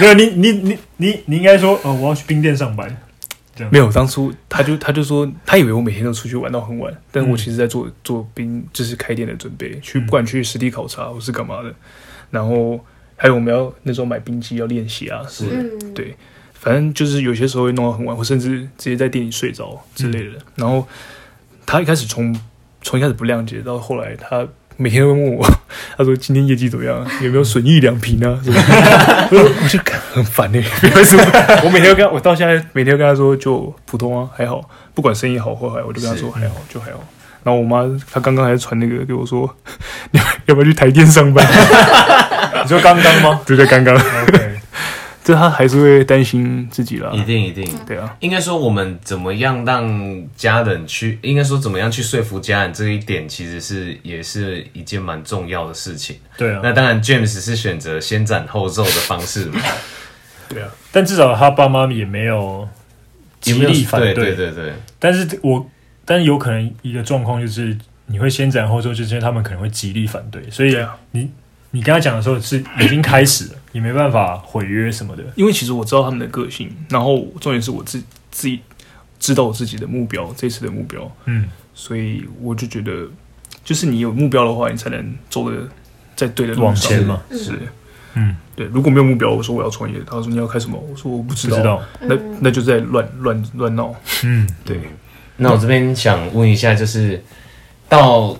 [SPEAKER 1] 没有，你你你你你应该说，呃，我要去冰店上班。
[SPEAKER 3] 没有，当初他就他就说他以为我每天都出去玩到很晚，但
[SPEAKER 1] 嗯
[SPEAKER 3] 我其实在做做兵，就是开店的准备，去
[SPEAKER 1] 嗯
[SPEAKER 3] 不管去实地考察或是干嘛的，然后还有我们要那时候买兵机要练习啊，
[SPEAKER 2] 是
[SPEAKER 4] 嗯，
[SPEAKER 3] 对，反正就是有些时候会弄到很晚，或甚至直接在店里睡着之类的。然后他一开始从从一开始不谅解，到后来他每天都会问我， 他说今天业绩怎么样，有没有损益两平啊？什么的我说我就感很烦哎、欸，为什么？ 我每天都跟他我到现在每天都跟他说就普通啊，还好，不管生意好或坏，我就跟他说
[SPEAKER 1] 是
[SPEAKER 3] 还好，就还好。然后我妈，她刚刚还传那个给我说， 你要要不要去台电上 班？
[SPEAKER 1] 你说刚刚吗
[SPEAKER 3] 就在刚刚，
[SPEAKER 1] ？OK，
[SPEAKER 3] 这她还是会担心自己啦。
[SPEAKER 1] 嗯
[SPEAKER 2] 一定一定。
[SPEAKER 3] 对啊，
[SPEAKER 2] 应该说，我们怎么样让家人去，应该说怎么样去说服家人这一点，其实是也是一件蛮重要的事情。
[SPEAKER 1] 对啊。
[SPEAKER 2] 那当然，James 是选择先斩后奏的方式嘛，
[SPEAKER 3] 对啊，
[SPEAKER 1] 但至少他爸妈也没有极
[SPEAKER 2] 有没有
[SPEAKER 1] 力反
[SPEAKER 2] 对对对对，
[SPEAKER 1] 但是我，但是有可能一个状况就是，你会先斩后奏，就是因为他们可能会极力反对，所以
[SPEAKER 3] 对啊
[SPEAKER 1] 你你跟他讲的时候是已经开始了，也没办法毁约什么的。
[SPEAKER 3] 因为其实我知道他们的个性，然后重点是我自自己知道我自己的目标，这次的目标，
[SPEAKER 1] 嗯，
[SPEAKER 3] 所以我就觉得，就是你有目标的话，你才能走的在对的路上
[SPEAKER 1] 往前嘛，
[SPEAKER 3] 是，
[SPEAKER 1] 嗯，
[SPEAKER 3] 对。如果没有目标，我说我要创业，他说你要开什么，我说我不知
[SPEAKER 1] 不
[SPEAKER 3] 道，
[SPEAKER 1] 知道，
[SPEAKER 3] 那那就在乱乱乱闹。
[SPEAKER 1] 嗯，
[SPEAKER 3] 对，
[SPEAKER 2] 那我这边想问一下，就是到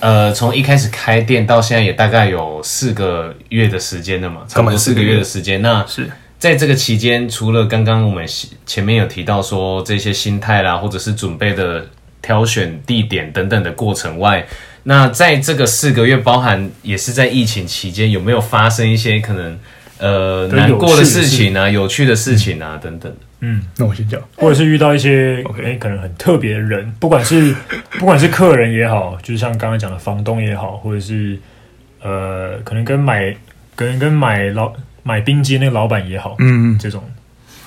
[SPEAKER 2] 呃，从一开始开店到现在也大概有四个月的时间了嘛，差不多四个月的时间。那
[SPEAKER 3] 是
[SPEAKER 2] 在这个期间，除了刚刚我们前面有提到说这些心态啦，或者是准备的挑选地点等等的过程外，那在这个四个月，包含也是在疫情期间，有没有发生一些可能呃
[SPEAKER 1] 的有趣的
[SPEAKER 2] 难过的事情啊、有趣的事情啊等等的？
[SPEAKER 1] 嗯，
[SPEAKER 3] 那我先讲。
[SPEAKER 1] 或者是遇到一些哎
[SPEAKER 3] OK
[SPEAKER 1] 可能很特别的人，不管是不管是客人也好，就是像刚刚讲的房东也好，或者是呃，可能跟买可能跟买老买冰机那个老板也好，
[SPEAKER 3] 嗯，
[SPEAKER 1] 这种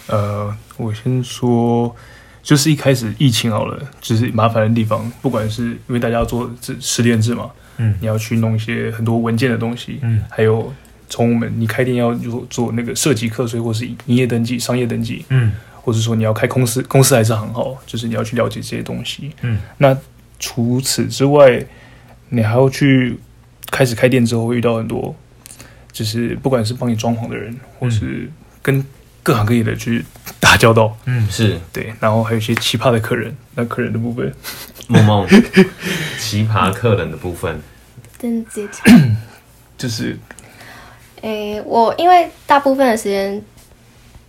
[SPEAKER 3] 呃，我先说，就是一开始疫情好了，就是麻烦的地方，不管是因为大家要做这十连制嘛，
[SPEAKER 1] 嗯
[SPEAKER 3] 你要去弄一些很多文件的东西，
[SPEAKER 1] 嗯
[SPEAKER 3] 还有从我们你开店要做做那个涉及课税或是营业登记、商业登记，
[SPEAKER 1] 嗯
[SPEAKER 3] 或者说你要开公司，公司还是行号，就是你要去了解这些东西。
[SPEAKER 1] 嗯，
[SPEAKER 3] 那除此之外，你还要去开始开店之后会遇到很多，就是不管是帮你装潢的人，或是跟各行各业的去打交道，
[SPEAKER 1] 嗯
[SPEAKER 2] 是
[SPEAKER 3] 对，然后还有一些奇葩的客人。那客人的部分，
[SPEAKER 2] 梦梦 奇葩客人的部分，
[SPEAKER 4] 真接巧。
[SPEAKER 3] 就是
[SPEAKER 4] 诶、我因为大部分的时间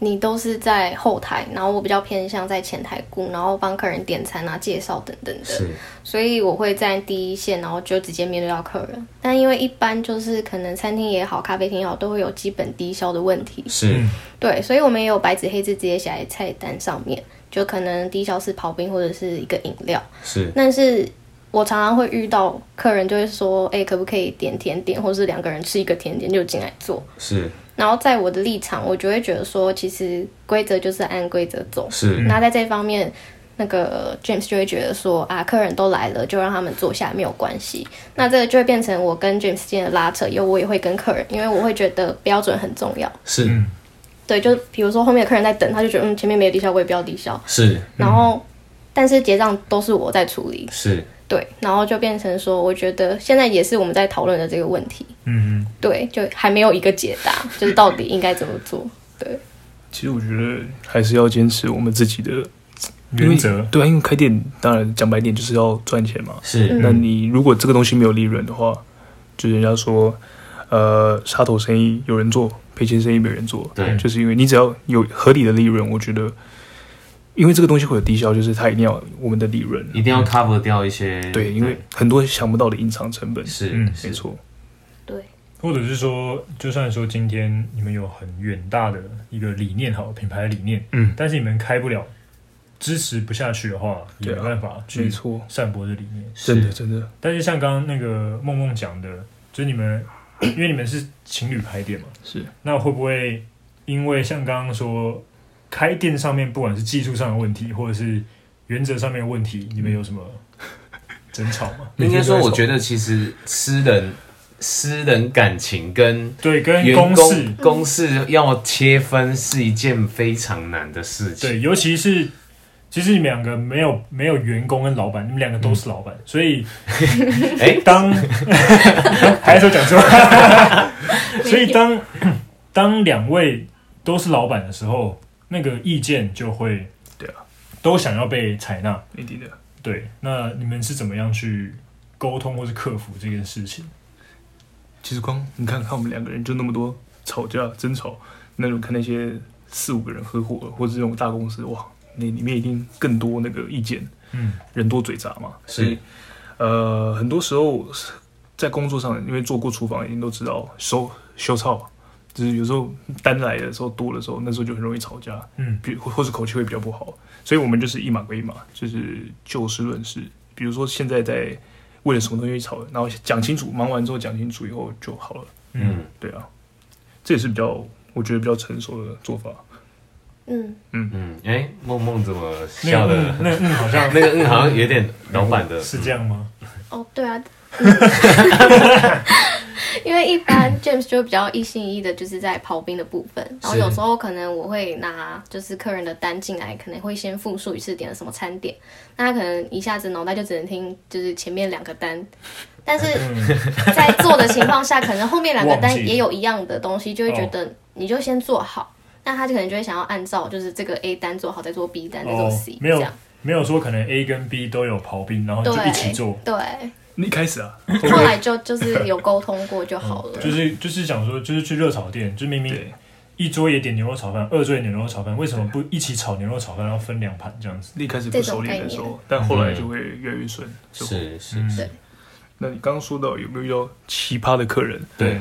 [SPEAKER 4] 你都是在后台，然后我比较偏向在前台顾，然后帮客人点餐啊、介绍等等的，
[SPEAKER 2] 是
[SPEAKER 4] 所以我会在第一线，然后就直接面对到客人。但因为一般就是可能餐厅也好、咖啡厅也好，都会有基本低消的问题，
[SPEAKER 2] 是
[SPEAKER 1] 嗯
[SPEAKER 4] 对，所以我们也有白纸黑字直接写在菜单上面，就可能低消是刨冰或者是一个饮料。
[SPEAKER 2] 是
[SPEAKER 4] 但是我常常会遇到客人就会说，哎、可不可以点甜点，或是两个人吃一个甜点就进来做。
[SPEAKER 2] 是
[SPEAKER 4] 然后在我的立场，我就会觉得说，其实规则就是按规则走。
[SPEAKER 2] 是
[SPEAKER 4] 那在这方面，那个 James 就会觉得说啊，客人都来了，就让他们坐下没有关系。那这个就会变成我跟 James 之间的拉扯，因为我也会跟客人，因为我会觉得标准很重要。
[SPEAKER 2] 是
[SPEAKER 1] 嗯
[SPEAKER 4] 对，就比如说后面的客人在等，他就觉得嗯前面没有低消，我也不要低消。
[SPEAKER 2] 是
[SPEAKER 4] 然后，但是结账都是我在处理，
[SPEAKER 2] 是
[SPEAKER 4] 对，然后就变成说，我觉得现在也是我们在讨论的这个问题，
[SPEAKER 1] 嗯
[SPEAKER 4] 对，就还没有一个解答，就是到底应该怎么做。对，
[SPEAKER 3] 其实我觉得还是要坚持我们自己的
[SPEAKER 1] 嗯，
[SPEAKER 3] 因为
[SPEAKER 1] 原则
[SPEAKER 3] 对啊，因为开店当然讲白点就是要赚钱嘛，
[SPEAKER 2] 是
[SPEAKER 4] 嗯
[SPEAKER 3] 那你如果这个东西没有利润的话，就是人家说，呃，杀头生意有人做，赔钱生意没人做，
[SPEAKER 2] 对
[SPEAKER 3] 就是因为你只要有合理的利润，我觉得，因为这个东西会有低消，就是它一定要有我们的利润，啊
[SPEAKER 2] 一定要 cover 掉一些
[SPEAKER 3] 对，因为很多想不到的隐藏成本，
[SPEAKER 2] 是
[SPEAKER 1] 嗯
[SPEAKER 2] 是
[SPEAKER 3] 没错，
[SPEAKER 4] 对，
[SPEAKER 1] 或者是说，就算说今天你们有很远大的一个理念，好品牌理念，
[SPEAKER 3] 嗯，
[SPEAKER 1] 但是你们开不了，支持不下去的话，也
[SPEAKER 3] 对
[SPEAKER 1] 没
[SPEAKER 3] 啊
[SPEAKER 1] 办法去
[SPEAKER 3] 没错，
[SPEAKER 1] 散播这理念。
[SPEAKER 3] 真的真的，
[SPEAKER 1] 但是像刚刚那个梦梦讲的，就是你们， 因为你们是情侣开店嘛，
[SPEAKER 3] 是
[SPEAKER 1] 那会不会因为像刚刚说开店上面，不管是技术上的问题，或者是原则上面的问题，你们有什么争吵 吗？
[SPEAKER 2] 应该说，我觉
[SPEAKER 1] 得
[SPEAKER 2] 得其实私人私人感情跟
[SPEAKER 1] 对，跟
[SPEAKER 2] 员
[SPEAKER 1] 公事
[SPEAKER 2] 工公事要切分是一件非常难的事情。
[SPEAKER 1] 对，尤其是其实你们两个没有没有员工跟老板，你们两个都是老
[SPEAKER 3] 嗯
[SPEAKER 1] 板，所 以
[SPEAKER 2] 哎
[SPEAKER 1] 当 还是有讲错， 所以当当两位都是老板的时候，那个意见就会
[SPEAKER 3] 对啊，
[SPEAKER 1] 都想要被采纳。
[SPEAKER 3] 一定的。
[SPEAKER 1] 对，那你们是怎么样去沟通或是克服这件事情？
[SPEAKER 3] 其实光你看看我们两个人就那么多吵架争吵，那种看那些四五个人合伙或者这种大公司，哇，那里面一定更多那个意见，
[SPEAKER 1] 嗯，
[SPEAKER 3] 人多嘴杂嘛，
[SPEAKER 2] 是
[SPEAKER 3] 所以呃，很多时候在工作上，因为做过厨房，一定都知道收修操，就是有时候单来的时候多的时候，那时候就很容易吵架，
[SPEAKER 1] 嗯
[SPEAKER 3] 比或或是口气会比较不好，所以我们就是一码归一码，就是就事论事。比如说现在在为了什么东西吵，然后讲清楚，忙完之后讲清楚以后就好了。
[SPEAKER 2] 嗯，
[SPEAKER 3] 对啊，这也是比较我觉得比较成熟的做法。
[SPEAKER 4] 嗯，
[SPEAKER 2] 嗯，哎、梦梦怎么
[SPEAKER 1] 那个
[SPEAKER 2] 笑的
[SPEAKER 1] 嗯？那个嗯，好像
[SPEAKER 2] 那个嗯，好像有点老板 的，
[SPEAKER 1] 是这样吗？
[SPEAKER 4] 哦，对啊， 因为一般 James 就比较一心一意的，就是在刨冰的部分，然后
[SPEAKER 2] 是
[SPEAKER 4] 有时候可能我会拿就是客人的单进来，可能会先复述一次点了什么餐点，那他可能一下子脑袋就只能听就是前面两个单，但是在做的情况下，可能后面两个单
[SPEAKER 1] 嗯忘记
[SPEAKER 4] 也有一样的东西，就会觉
[SPEAKER 1] 哦
[SPEAKER 4] 得你就先做好。那他就可能就会想要按照就是这个 A 单做好，再做 B 单，再做
[SPEAKER 1] 哦
[SPEAKER 4] C，、
[SPEAKER 1] 没
[SPEAKER 4] 这
[SPEAKER 1] 有
[SPEAKER 4] 样。
[SPEAKER 1] 没有说可能 A 跟 B 都有刨冰，然后就一起做。
[SPEAKER 4] 对，
[SPEAKER 3] 那一开始啊，
[SPEAKER 4] 后来就就是有沟通过就好了。
[SPEAKER 1] 嗯就是就是想说，就是去热炒店，就明明
[SPEAKER 3] 对
[SPEAKER 1] 一桌也点牛肉炒饭，二桌也点牛肉炒饭，为什么不一起炒牛肉炒饭，然后分两盘这样子？
[SPEAKER 3] 那一开始不熟练的时候，但后来就会越来越顺。就，
[SPEAKER 2] 是是，
[SPEAKER 1] 嗯，
[SPEAKER 3] 那你刚刚说到有没有遇到奇葩的客人？
[SPEAKER 2] 对，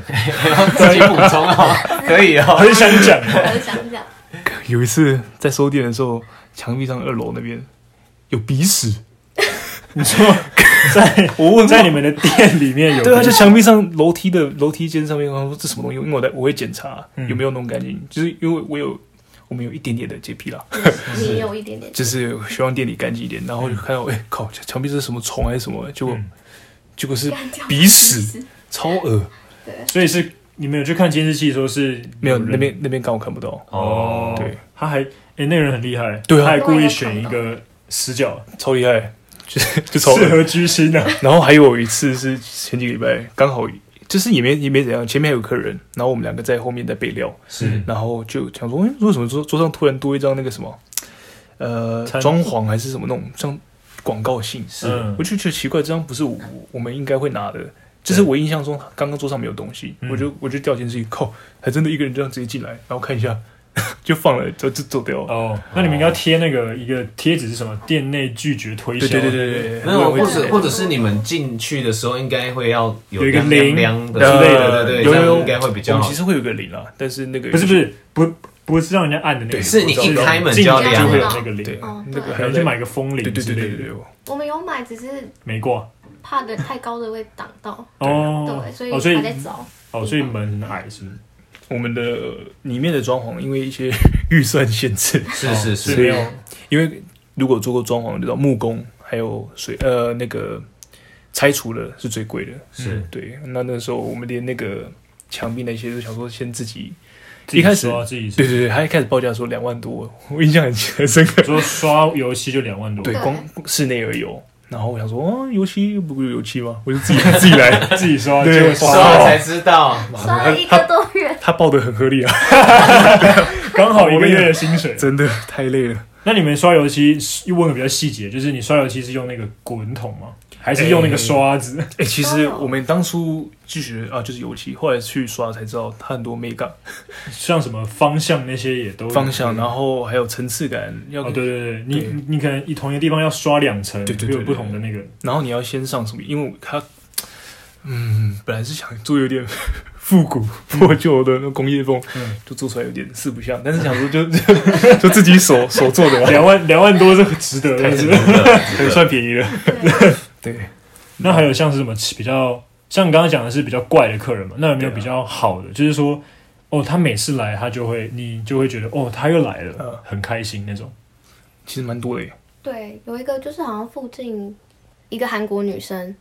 [SPEAKER 2] 自己补充哦，可以哦，
[SPEAKER 1] 很想讲，
[SPEAKER 4] 我就想讲，
[SPEAKER 3] 有一次在收店的时候，墙壁上二楼那边有鼻屎，
[SPEAKER 1] 你说在
[SPEAKER 3] 我问
[SPEAKER 1] 在你们的店里面有
[SPEAKER 3] 对啊，就墙壁上楼梯的楼梯间上面，我说这什么东西？因为我在我会检查有没有弄干净，就是因为我有我们有一点点的洁癖啦，
[SPEAKER 4] 你有一点点，
[SPEAKER 3] 就是希望店里干净一点。然后就看到，哎、靠，墙壁这是什么虫还是什么？结果、
[SPEAKER 1] 嗯
[SPEAKER 3] 结果是鼻屎，超恶。
[SPEAKER 1] 所以是你们有去看监视器，说是
[SPEAKER 3] 没有那
[SPEAKER 1] 人
[SPEAKER 3] 边那边刚好看不到，
[SPEAKER 2] 哦，
[SPEAKER 3] 对，
[SPEAKER 1] 他还诶，那个人很厉害，
[SPEAKER 3] 对啊
[SPEAKER 1] 他还故意选一个死角，
[SPEAKER 3] 超厉害，就是 就超恶
[SPEAKER 1] 适合居心 啊。
[SPEAKER 3] 然后还有一次是前几个礼拜，刚好就是也没也没怎样，前面还有客人，然后我们两个在后面在备料，
[SPEAKER 1] 是
[SPEAKER 3] 然后就想说，哎、为什么桌桌上突然多一张那个什么，呃，
[SPEAKER 1] 餐
[SPEAKER 3] 装潢还是什么那种像广告信，
[SPEAKER 1] 嗯
[SPEAKER 3] 我就觉得奇怪，这张不是我我们应该会拿的。就是我印象中，刚刚桌上没有东西，
[SPEAKER 1] 嗯
[SPEAKER 3] 我就我就掉进去，靠，还真的一个人这样直接进来，然后看一下， 就放了，就就走掉了。
[SPEAKER 1] 哦，那你们应该贴那个一个贴纸是什么？店内拒绝推销。
[SPEAKER 3] 对对对对 对，
[SPEAKER 2] 没有，
[SPEAKER 3] 我也
[SPEAKER 2] 或
[SPEAKER 3] 会
[SPEAKER 2] 者或者是你们进去的时候，应该会要有
[SPEAKER 1] 有一个
[SPEAKER 2] 亮
[SPEAKER 1] 铃
[SPEAKER 2] 亮亮的
[SPEAKER 3] 呃
[SPEAKER 2] 之类的，对对，这
[SPEAKER 3] 有有
[SPEAKER 2] 样
[SPEAKER 3] 有
[SPEAKER 2] 应该会比
[SPEAKER 3] 我
[SPEAKER 2] 较
[SPEAKER 3] 们
[SPEAKER 2] 好
[SPEAKER 3] 其。实会有个铃啊，但是那个
[SPEAKER 1] 不是不是不不是让人家按的那个，
[SPEAKER 3] 对
[SPEAKER 2] 是你一开门就要
[SPEAKER 1] 进去就会有
[SPEAKER 2] 亮，
[SPEAKER 1] 那个铃，
[SPEAKER 3] 对
[SPEAKER 4] 哦，
[SPEAKER 3] 那个
[SPEAKER 4] 对
[SPEAKER 1] 可
[SPEAKER 3] 还要
[SPEAKER 1] 能去
[SPEAKER 3] 再
[SPEAKER 1] 买个风
[SPEAKER 3] 对
[SPEAKER 1] 铃
[SPEAKER 3] 对
[SPEAKER 1] 之类
[SPEAKER 3] 对对
[SPEAKER 1] 的，
[SPEAKER 3] 对，对
[SPEAKER 4] 我们有买，只是
[SPEAKER 1] 没挂
[SPEAKER 4] 怕个太高的会挡到，
[SPEAKER 1] 哦
[SPEAKER 4] 对，所以
[SPEAKER 1] 哦，所
[SPEAKER 4] 还在
[SPEAKER 1] 以
[SPEAKER 4] 找。
[SPEAKER 1] 哦，所以门很矮是不是？
[SPEAKER 3] 我们的呃里面的装潢因为一些 预算限制，
[SPEAKER 2] 是是
[SPEAKER 1] 所以
[SPEAKER 2] 是，
[SPEAKER 1] 没有
[SPEAKER 3] 因为如果做过装潢，就知道木工还有水呃那个拆除的是最贵的。嗯
[SPEAKER 2] 是
[SPEAKER 3] 对，那那时候我们连那个墙壁那些都想说先自己，
[SPEAKER 1] 自己
[SPEAKER 3] 一开始
[SPEAKER 1] 刷自己刷
[SPEAKER 3] 对对对，他一开始报价说两万多，我印象很很 深刻。
[SPEAKER 1] 说刷油漆就两万多，
[SPEAKER 3] 对，
[SPEAKER 4] 对
[SPEAKER 3] 光室内而有。然后我想说，哦，油漆不是油漆吗？我就自己自己 来。
[SPEAKER 1] 自己刷，
[SPEAKER 3] 对
[SPEAKER 1] 结果
[SPEAKER 2] 刷
[SPEAKER 1] 刷
[SPEAKER 2] 了才知道，
[SPEAKER 4] 刷了一个多月，
[SPEAKER 3] 他报的很合理啊，
[SPEAKER 1] 刚好一个月的薪水。
[SPEAKER 3] 真的太累了。
[SPEAKER 1] 那你们刷油漆又问个比较细节，就是你刷油漆是用那个滚筒吗？还是用那个刷子？
[SPEAKER 3] 哎、其实我们当初就觉得啊，就是油漆，后来去刷才知道它很多美感。
[SPEAKER 1] 像什么方向那些也都
[SPEAKER 3] 方向，然后还有层次感，要、
[SPEAKER 1] 嗯哦，对对对，你
[SPEAKER 3] 对
[SPEAKER 1] 你你可能以同一个地方要刷两层，
[SPEAKER 3] 对对对
[SPEAKER 1] 会有
[SPEAKER 3] 对
[SPEAKER 1] 不同的那个
[SPEAKER 3] 然后你要先上什么？因为它，嗯，本来是想做有点复古破旧的那种工业风，
[SPEAKER 1] 嗯
[SPEAKER 3] 就做出来有点四不像，但是想说就就 就自己手手做的 嘛，
[SPEAKER 1] 两万两万多是值得
[SPEAKER 2] 太
[SPEAKER 1] 的，是
[SPEAKER 2] 值
[SPEAKER 1] 不是
[SPEAKER 2] 得了，
[SPEAKER 3] 很算便宜了。对，
[SPEAKER 1] 那还有像是什么比较，像你刚刚讲的是比较怪的客人嘛？那有没有
[SPEAKER 3] 对啊
[SPEAKER 1] 比较好的？就是说，哦，他每次来他就会，你就会觉得哦，他又来了，
[SPEAKER 3] 嗯
[SPEAKER 1] 很开心那种。
[SPEAKER 3] 其实蛮多的耶。
[SPEAKER 4] 对，有一个就是好像附近一个韩国女生，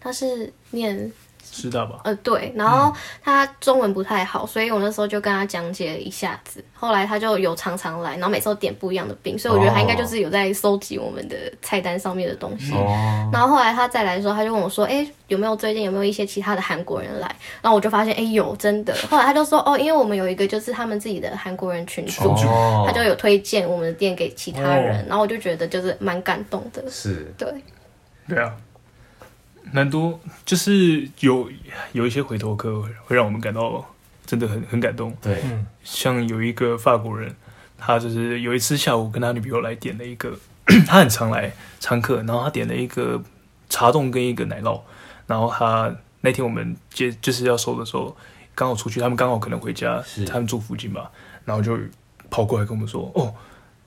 [SPEAKER 4] 她是念
[SPEAKER 3] 师大吧，
[SPEAKER 4] 呃对，然后她中文不太好，所以我那时候就跟她讲解一下子，后来她就有常常来，然后每次都点不一样的病，所以我觉得她应该就是有在搜集我们的菜单上面的东西。
[SPEAKER 2] 哦，
[SPEAKER 4] 然后后来她再来的时候，她就问我说：“哎、有没有最近有没有一些其他的韩国人来？”然后我就发现，哎、有真的。后来她就说：“哦，因为我们有一个就是他们自己的韩国人群组，
[SPEAKER 2] 哦
[SPEAKER 4] 他就有推荐我们的店给其他人，
[SPEAKER 1] 哦
[SPEAKER 4] 然后我就觉得就是蛮感动的。
[SPEAKER 2] 是
[SPEAKER 4] 对，
[SPEAKER 3] 对啊，蛮多，就是有有一些回头客会让我们感到真的很很感动。
[SPEAKER 2] 对，
[SPEAKER 3] 像有一个法国人，他就是有一次下午跟他女朋友来点了一个， 他很常来常客，然后他点了一个茶冻跟一个奶酪，然后他那天我们接就是要收的时候，刚好出去，他们刚好可能回家
[SPEAKER 2] 是，
[SPEAKER 3] 他们住附近吧，然后就跑过来跟我们说，哦。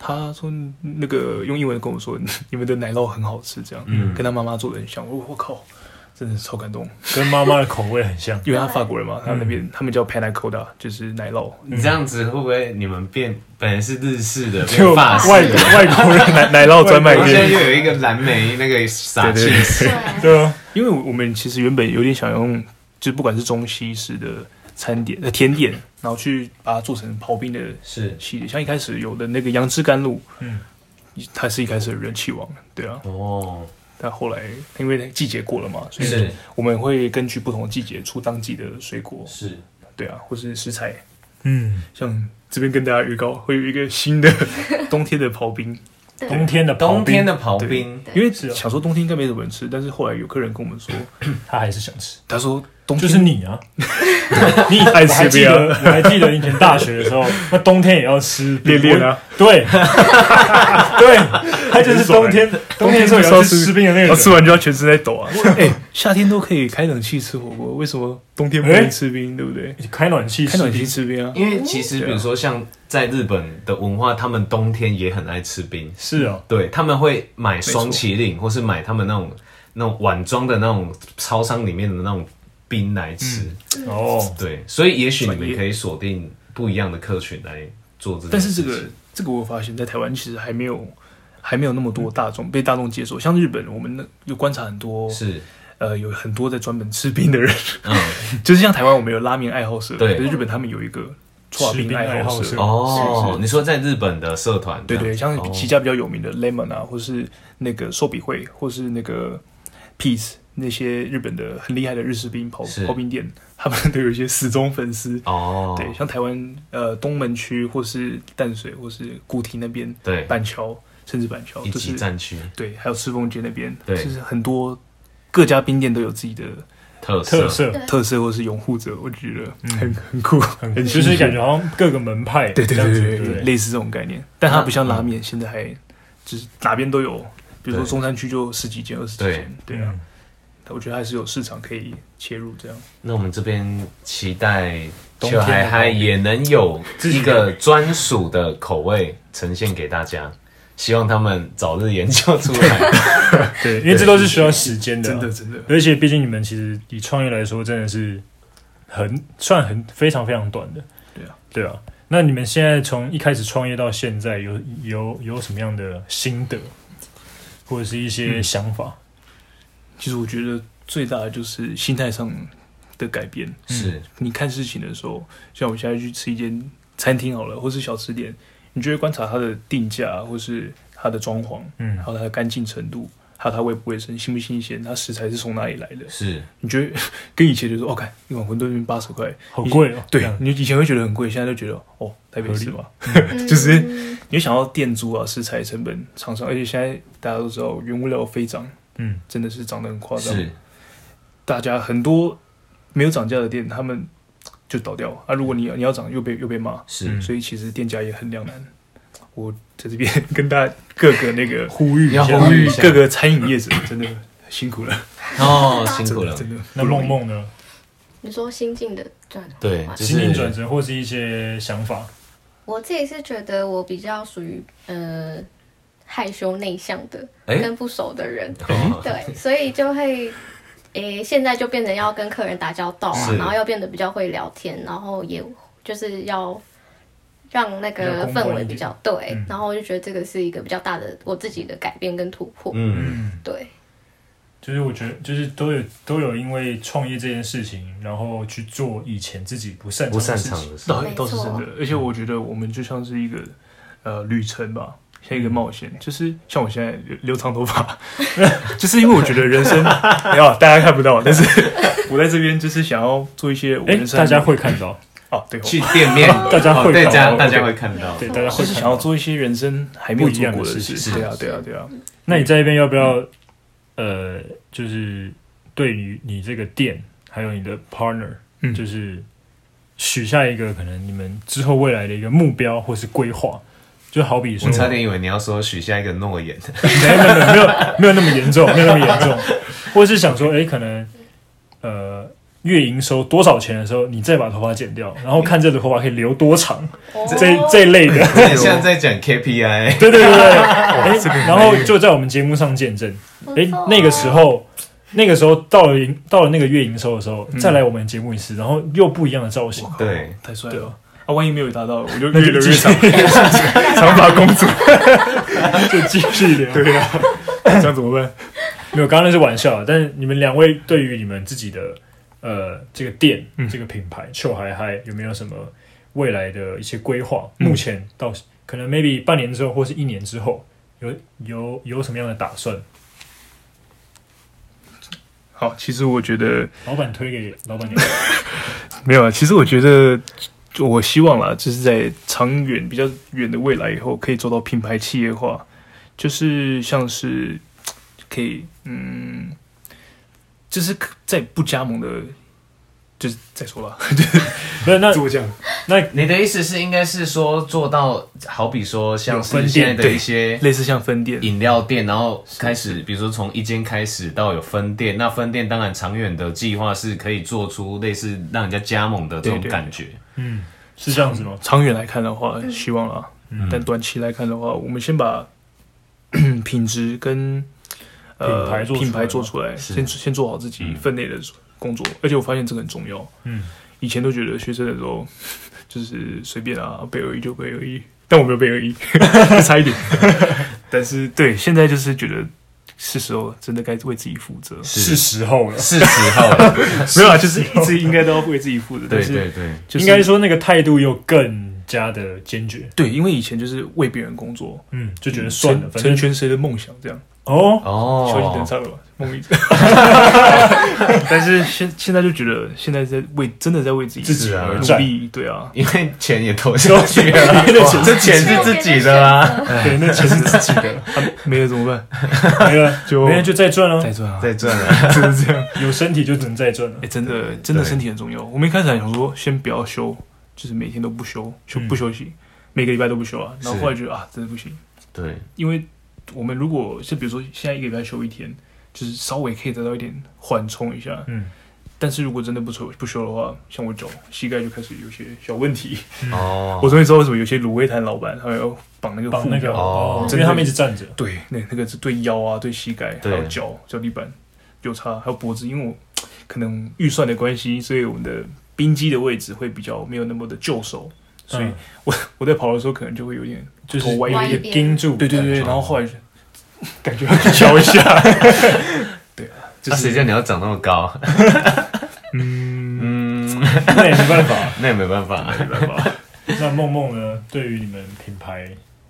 [SPEAKER 3] 他说：“那个用英文跟我说， 你们的奶酪很好吃，这样，
[SPEAKER 2] 嗯
[SPEAKER 3] 跟他妈妈做的很像。我说我靠，真的是超感动，，
[SPEAKER 1] 跟妈妈的口味很像
[SPEAKER 3] 因为他法国人嘛，他那边、
[SPEAKER 2] 嗯
[SPEAKER 3] 他们叫 panna coda，就是奶酪，
[SPEAKER 2] 你这样子会不会你们变本来是日式的
[SPEAKER 1] 就
[SPEAKER 2] 变法式
[SPEAKER 1] 外
[SPEAKER 2] 的？
[SPEAKER 1] 国外国人
[SPEAKER 3] 奶奶酪专卖
[SPEAKER 2] 然后现在
[SPEAKER 3] 店。
[SPEAKER 2] 又有一个蓝莓那个撒
[SPEAKER 3] 对
[SPEAKER 2] 气
[SPEAKER 3] 对对
[SPEAKER 2] 死，
[SPEAKER 1] 对啊，
[SPEAKER 3] 因为我们其实原本有点想用，就不管是中西式的餐点呃甜点，然后去把它做成刨冰的
[SPEAKER 2] 是
[SPEAKER 3] 系列，像一开始有的那个杨枝甘露，
[SPEAKER 1] 嗯，
[SPEAKER 3] 它是一开始的人气王，对啊，
[SPEAKER 2] 哦，
[SPEAKER 3] 但后来因为季节过了嘛，所以
[SPEAKER 2] 是
[SPEAKER 3] 我们会根据不同的季节出当季的水果，
[SPEAKER 2] 是
[SPEAKER 3] 对啊，或是食材，
[SPEAKER 1] 嗯，
[SPEAKER 3] 像这边跟大家预告会有一个新的 冬天的刨冰，
[SPEAKER 1] 冬天的刨冰
[SPEAKER 2] 冬天的刨冰，
[SPEAKER 3] 因为
[SPEAKER 1] 是哦
[SPEAKER 3] 想说冬天应该没什么人吃，但是后来有客人跟我们说，
[SPEAKER 1] 他还是想吃，
[SPEAKER 3] 他说冬
[SPEAKER 1] 就
[SPEAKER 3] 天
[SPEAKER 1] 是你 啊，
[SPEAKER 3] 你爱
[SPEAKER 1] 我还
[SPEAKER 3] 吃
[SPEAKER 1] 记
[SPEAKER 3] 冰
[SPEAKER 1] 得，
[SPEAKER 3] 啊，
[SPEAKER 1] 我还记得以前大学的时候，那冬天也要吃
[SPEAKER 3] 烈
[SPEAKER 1] 冰
[SPEAKER 3] 烈啊，
[SPEAKER 1] 我对对，他就是冬天 冬天的时候也要吃吃冰的那个
[SPEAKER 3] 然后吃
[SPEAKER 1] 人。
[SPEAKER 3] 完就要全身在抖啊。哎，夏天都可以开冷气吃火锅，为什么冬天不能吃冰？对不对？
[SPEAKER 1] 开暖气，
[SPEAKER 3] 开暖气，吃冰啊，
[SPEAKER 2] 因为其实比如说像在日本的文化，他们冬天也很爱吃冰，
[SPEAKER 1] 是哦，
[SPEAKER 2] 对他们会买双麒麟，或是买他们那种那种碗装的那种超商里面的那种冰来吃。
[SPEAKER 3] 嗯
[SPEAKER 1] 哦，
[SPEAKER 2] 对，所以也许你
[SPEAKER 3] 专
[SPEAKER 2] 们
[SPEAKER 3] 业
[SPEAKER 2] 可以锁定不一样的客群来做这件事情。
[SPEAKER 3] 但是这个这个我发现，在台湾其实还没有还没有那么多大众被大众接受。像日本，我们那有观察很多，
[SPEAKER 2] 是，
[SPEAKER 3] 呃，有很多在专门吃冰的人，
[SPEAKER 2] 嗯，
[SPEAKER 3] 就是像台湾我们有拉面爱好社，
[SPEAKER 2] 对
[SPEAKER 3] 可是日本他们有一个
[SPEAKER 1] 吃冰
[SPEAKER 3] 爱
[SPEAKER 1] 爱好
[SPEAKER 3] 社
[SPEAKER 1] 社。
[SPEAKER 2] 哦，你说在日本的社团这
[SPEAKER 3] 对
[SPEAKER 2] 样，
[SPEAKER 3] 对，像
[SPEAKER 2] 哦
[SPEAKER 3] 几家比较有名的 Lemon 啊，或是那个寿比会，或是那个 Peace 那些日本的很厉害的日式冰刨
[SPEAKER 2] 是
[SPEAKER 3] 刨冰店，他们都有一些死忠粉丝。
[SPEAKER 2] 哦，
[SPEAKER 3] 对，像台湾呃东门区或是淡水或是古亭那边，
[SPEAKER 2] 对
[SPEAKER 3] 板桥甚至板桥，
[SPEAKER 2] 一
[SPEAKER 3] 就
[SPEAKER 2] 级
[SPEAKER 3] 是
[SPEAKER 2] 战区
[SPEAKER 3] 对，还有赤峰街那边，
[SPEAKER 2] 对
[SPEAKER 3] 就是很多各家冰店都有自己的
[SPEAKER 2] 特色
[SPEAKER 1] 特色，嗯
[SPEAKER 3] 特色或是拥护者，我觉得很很酷，很
[SPEAKER 1] 就是感觉好像各个门派
[SPEAKER 3] 对对
[SPEAKER 1] 这样
[SPEAKER 3] 对
[SPEAKER 1] 子
[SPEAKER 3] 对
[SPEAKER 1] 不
[SPEAKER 3] 对，类似这种概念，但它不像拉面，现在还就是哪边都有，比如说
[SPEAKER 2] 对
[SPEAKER 3] 中山区就十几间、二十几间，对啊
[SPEAKER 1] 嗯，
[SPEAKER 3] 我觉得还是有市场可以切入这样。
[SPEAKER 2] 那我们这边期待
[SPEAKER 1] 冬
[SPEAKER 2] 秋
[SPEAKER 1] 天的
[SPEAKER 2] 海
[SPEAKER 1] 口
[SPEAKER 2] 嗨
[SPEAKER 1] 味
[SPEAKER 2] 也能有
[SPEAKER 1] 自己
[SPEAKER 2] 一个专属的口味呈现给大家，希望他们早日研究出来。
[SPEAKER 1] 因为这都是需要时间的啊，
[SPEAKER 3] 真的真的，
[SPEAKER 1] 而且毕竟你们其实以创业来说，真的是很算很非常非常短的。
[SPEAKER 3] 对啊，
[SPEAKER 1] 对啊。那你们现在从一开始创业到现在，有有有什么样的心得，或者是一
[SPEAKER 3] 嗯
[SPEAKER 1] 些想法？
[SPEAKER 3] 其实我觉得最大的就是心态上的改变。
[SPEAKER 2] 是，
[SPEAKER 3] 你看事情的时候，像我现在去吃一间餐厅好了，或是小吃店，你就会观察它的定价，或是它的装潢，
[SPEAKER 1] 嗯
[SPEAKER 3] 还有它的干净程度，还有它卫不卫生、新不新鲜，它食材是从哪里来的。
[SPEAKER 2] 是，
[SPEAKER 3] 你觉得跟以前就说，哦，看一碗馄饨面八十块，
[SPEAKER 1] 好贵哦。
[SPEAKER 3] 对
[SPEAKER 1] 这样，
[SPEAKER 3] 你以前会觉得很贵，现在就觉得哦，台北市吧，
[SPEAKER 4] 嗯
[SPEAKER 3] 就是你会想到店租啊、食材成本、厂商，而且现在大家都知道原物料飞涨，
[SPEAKER 1] 嗯，
[SPEAKER 3] 真的是涨得很夸张。
[SPEAKER 2] 是，
[SPEAKER 3] 大家很多没有涨价的店，他们就倒掉啊。如果你要你要涨，又被又被骂，嗯
[SPEAKER 2] 是，
[SPEAKER 3] 所以其实店家也很两难。我在这边跟大家各个那个
[SPEAKER 1] 呼吁一
[SPEAKER 2] 要
[SPEAKER 1] 下。
[SPEAKER 2] 呼吁一下
[SPEAKER 3] 各个餐饮业者，真的辛苦了，
[SPEAKER 2] 哦，辛
[SPEAKER 3] 真
[SPEAKER 2] 苦
[SPEAKER 3] 的
[SPEAKER 2] 了，
[SPEAKER 3] 真的。
[SPEAKER 1] 那梦梦呢？
[SPEAKER 4] 你说心境的转换
[SPEAKER 2] 对
[SPEAKER 4] 吗
[SPEAKER 2] 就是
[SPEAKER 1] 心境转折或是一些想法？
[SPEAKER 4] 我自己是觉得我比较属于呃害羞内向的，
[SPEAKER 2] 哎
[SPEAKER 4] 跟不熟 的人，
[SPEAKER 2] 哦
[SPEAKER 4] 对，所以就会。诶、现在就变成要跟客人打交道啊
[SPEAKER 2] 是，
[SPEAKER 4] 然后要变得比较会聊天，然后也就是要让那个
[SPEAKER 1] 比较公
[SPEAKER 4] 氛
[SPEAKER 1] 关
[SPEAKER 4] 围
[SPEAKER 1] 一点
[SPEAKER 4] 比较对，
[SPEAKER 1] 嗯
[SPEAKER 4] 然后我就觉得这个是一个比较大的我自己的改变跟突破。
[SPEAKER 2] 嗯，
[SPEAKER 4] 对，
[SPEAKER 1] 就是我觉得，就是都有都有因为创业这件事情，然后去做以前自己不擅长
[SPEAKER 2] 不
[SPEAKER 1] 的事
[SPEAKER 2] 擅
[SPEAKER 1] 情
[SPEAKER 2] 长。的事，
[SPEAKER 3] 倒
[SPEAKER 1] 哎
[SPEAKER 4] 没
[SPEAKER 3] 倒是
[SPEAKER 4] 错
[SPEAKER 3] 真的，
[SPEAKER 1] 哦
[SPEAKER 3] 而且我觉得我们就像是一个呃旅程吧，像
[SPEAKER 1] 嗯
[SPEAKER 3] 一个冒险，就是像我现在留留长头发， 就是因为我觉得人生， 没有大家看不到，但是我在这边就是想要做一些我
[SPEAKER 1] 哎、
[SPEAKER 3] 人生
[SPEAKER 1] 大家会看到，
[SPEAKER 3] 哦，对，
[SPEAKER 2] 去店面，
[SPEAKER 1] 大家
[SPEAKER 2] 哦
[SPEAKER 1] 会看 到
[SPEAKER 2] 大家大家会看到，
[SPEAKER 1] 对大家
[SPEAKER 3] 就
[SPEAKER 1] 会
[SPEAKER 3] 是
[SPEAKER 1] 看
[SPEAKER 3] 想要
[SPEAKER 1] 到。
[SPEAKER 3] 做一些人生还没有做过
[SPEAKER 1] 不一样的事
[SPEAKER 3] 事
[SPEAKER 1] 情
[SPEAKER 3] 对啊，对啊，对啊，
[SPEAKER 1] 那你在那边要不要、呃，就是对于你这个店还有你的 partner，、
[SPEAKER 3] 嗯
[SPEAKER 1] 就是许下一个可能你们之后未来的一个目标或是规划？就好比说
[SPEAKER 2] 我，差点以为你要说许下一个诺 言，
[SPEAKER 1] 没有没有没有没有没有那么严重，没有那么严重，或是想说，哎、可能呃月营收多少钱的时候，你再把头发剪掉，然后看这个头发可以留多长，这
[SPEAKER 4] 哦
[SPEAKER 1] 这一 类的。
[SPEAKER 2] 有点像在讲 KPI，
[SPEAKER 1] 对对对对，哎、然后就在我们节目上见证，哎、
[SPEAKER 4] 不错啊
[SPEAKER 1] 那个时候，那个时候到了营到了那个月营收的时候，
[SPEAKER 3] 嗯
[SPEAKER 1] 再来我们节目一次，然后又不一样的造型，
[SPEAKER 2] 对，
[SPEAKER 3] 太帅
[SPEAKER 1] 对
[SPEAKER 3] 了
[SPEAKER 1] 啊。
[SPEAKER 3] 啊，万一没有达到，我就
[SPEAKER 1] 那
[SPEAKER 3] 越
[SPEAKER 1] 就
[SPEAKER 3] 留
[SPEAKER 1] 继
[SPEAKER 3] 越
[SPEAKER 1] 续
[SPEAKER 3] 长，长发公主，
[SPEAKER 1] 就继续聊。
[SPEAKER 3] 对啊，这样怎么办？
[SPEAKER 1] 没有，刚刚那是玩笑啊，但是你们两位对于你们自己的呃这个店、这个品牌臭嗨嗨有没有什么未来的一些规划？目前到可能 maybe 半年之后或是一年之后，有有有什么样的打算？
[SPEAKER 3] 好，其实我觉得
[SPEAKER 1] 老板推给老板娘，
[SPEAKER 3] 没有啊，其实我觉得，就我希望啦，就是在长远比较远的未来以后，可以做到品牌企业化，就是像是可以，嗯，就是可在不加盟的就是再说了，
[SPEAKER 1] 不是那
[SPEAKER 3] 自我讲，
[SPEAKER 2] 你的意思是应该是说做到，好比说像
[SPEAKER 1] 有分
[SPEAKER 2] 是
[SPEAKER 1] 店
[SPEAKER 2] 现在的一些
[SPEAKER 3] 类似像分店，
[SPEAKER 2] 饮料店，然后开始，比如说从一间开始到有分店，那分店当然长远的计划是可以做出类似让人家加盟的这种
[SPEAKER 3] 对对
[SPEAKER 2] 感觉。
[SPEAKER 1] 嗯是这样子吗？
[SPEAKER 3] 长远来看的话，希望啦。但短期来看的话，我们先把 品质跟呃
[SPEAKER 1] 品牌做出来
[SPEAKER 3] 品牌做出来，嗯
[SPEAKER 2] 是
[SPEAKER 3] 先先做好自己分内的工作。而且我发现这个很重要。
[SPEAKER 1] 嗯，
[SPEAKER 3] 以前都觉得学生的时候 就是随便啊，背而已就背而已，但我没有背而已， 差一点。但是对，现在就是觉得是时候真的该为自己负责。
[SPEAKER 1] 是时候了。
[SPEAKER 2] 是时候 了，
[SPEAKER 3] 没有啊，就是一直应该都要为自己负责。但
[SPEAKER 2] 对
[SPEAKER 3] 是
[SPEAKER 2] 对对，
[SPEAKER 3] 就是
[SPEAKER 1] 应该说那个态度又更加的坚决，
[SPEAKER 3] 对，因为以前就是为别人工作，
[SPEAKER 1] 嗯，就觉得算了，
[SPEAKER 3] 成
[SPEAKER 1] 反
[SPEAKER 3] 成
[SPEAKER 1] 正
[SPEAKER 3] 全谁的梦想这样。
[SPEAKER 1] 哦，
[SPEAKER 3] 求你
[SPEAKER 2] 哦
[SPEAKER 3] 登，上了吧，梦一 但是现现在就觉得现在在为真的在为自己
[SPEAKER 1] 自己
[SPEAKER 2] 啊
[SPEAKER 1] 而
[SPEAKER 3] 努
[SPEAKER 1] 战，
[SPEAKER 3] 力，对啊，
[SPEAKER 2] 因为钱也投下去了，哇这钱是自己的啦，
[SPEAKER 3] 对，那钱是自己的，啊没了怎么办？
[SPEAKER 1] 没了
[SPEAKER 3] 就
[SPEAKER 1] 没了就再赚 哦，
[SPEAKER 3] 再赚啊，
[SPEAKER 2] 在赚了，
[SPEAKER 3] 就是这样。
[SPEAKER 1] 有身体就只能再赚哦了
[SPEAKER 3] 哎，，真的真的
[SPEAKER 2] 对
[SPEAKER 3] 身体很重要。我们一开始还想说先不要休，就是每天都不休，休
[SPEAKER 1] 嗯
[SPEAKER 3] 不休息，每个礼拜都不休啊。然后
[SPEAKER 2] 是
[SPEAKER 3] 后来觉得啊，真的不行，
[SPEAKER 2] 对，
[SPEAKER 3] 因为我们如果是比如说现在一个礼拜休一天，就是稍微可以得到一点缓冲一下，
[SPEAKER 1] 嗯，
[SPEAKER 3] 但是如果真的不休不休的话，像我脚膝盖就开始有些小问题。
[SPEAKER 2] 哦，
[SPEAKER 3] 我终于知道为什么有些卤味摊老板他要绑那个
[SPEAKER 1] 绑
[SPEAKER 3] 护
[SPEAKER 1] 那个
[SPEAKER 3] 腰，
[SPEAKER 1] 哦
[SPEAKER 2] 哦，
[SPEAKER 1] 因为他们一直站着，
[SPEAKER 3] 对，那那个是对腰啊、对膝盖还
[SPEAKER 2] 对
[SPEAKER 3] 有脚、脚底板有差，还有脖子，因为我可能预算的关系，所以我们的冰肌的位置会比较没有那么的就手，所以
[SPEAKER 1] 嗯
[SPEAKER 3] 我在跑的时候可能就会有点，
[SPEAKER 1] 就是
[SPEAKER 3] 头歪
[SPEAKER 1] 有
[SPEAKER 4] 一
[SPEAKER 1] 点
[SPEAKER 4] 边
[SPEAKER 1] 盯住，
[SPEAKER 3] 对对对，
[SPEAKER 2] 嗯
[SPEAKER 3] 然后后来就 感觉要去敲一下，啊
[SPEAKER 2] 就谁叫你要长那么高？
[SPEAKER 3] 嗯，
[SPEAKER 2] 嗯，
[SPEAKER 1] 那 也没办法。
[SPEAKER 2] 那也 没办法，
[SPEAKER 3] 没办法，
[SPEAKER 1] 那梦梦呢？对于你们品牌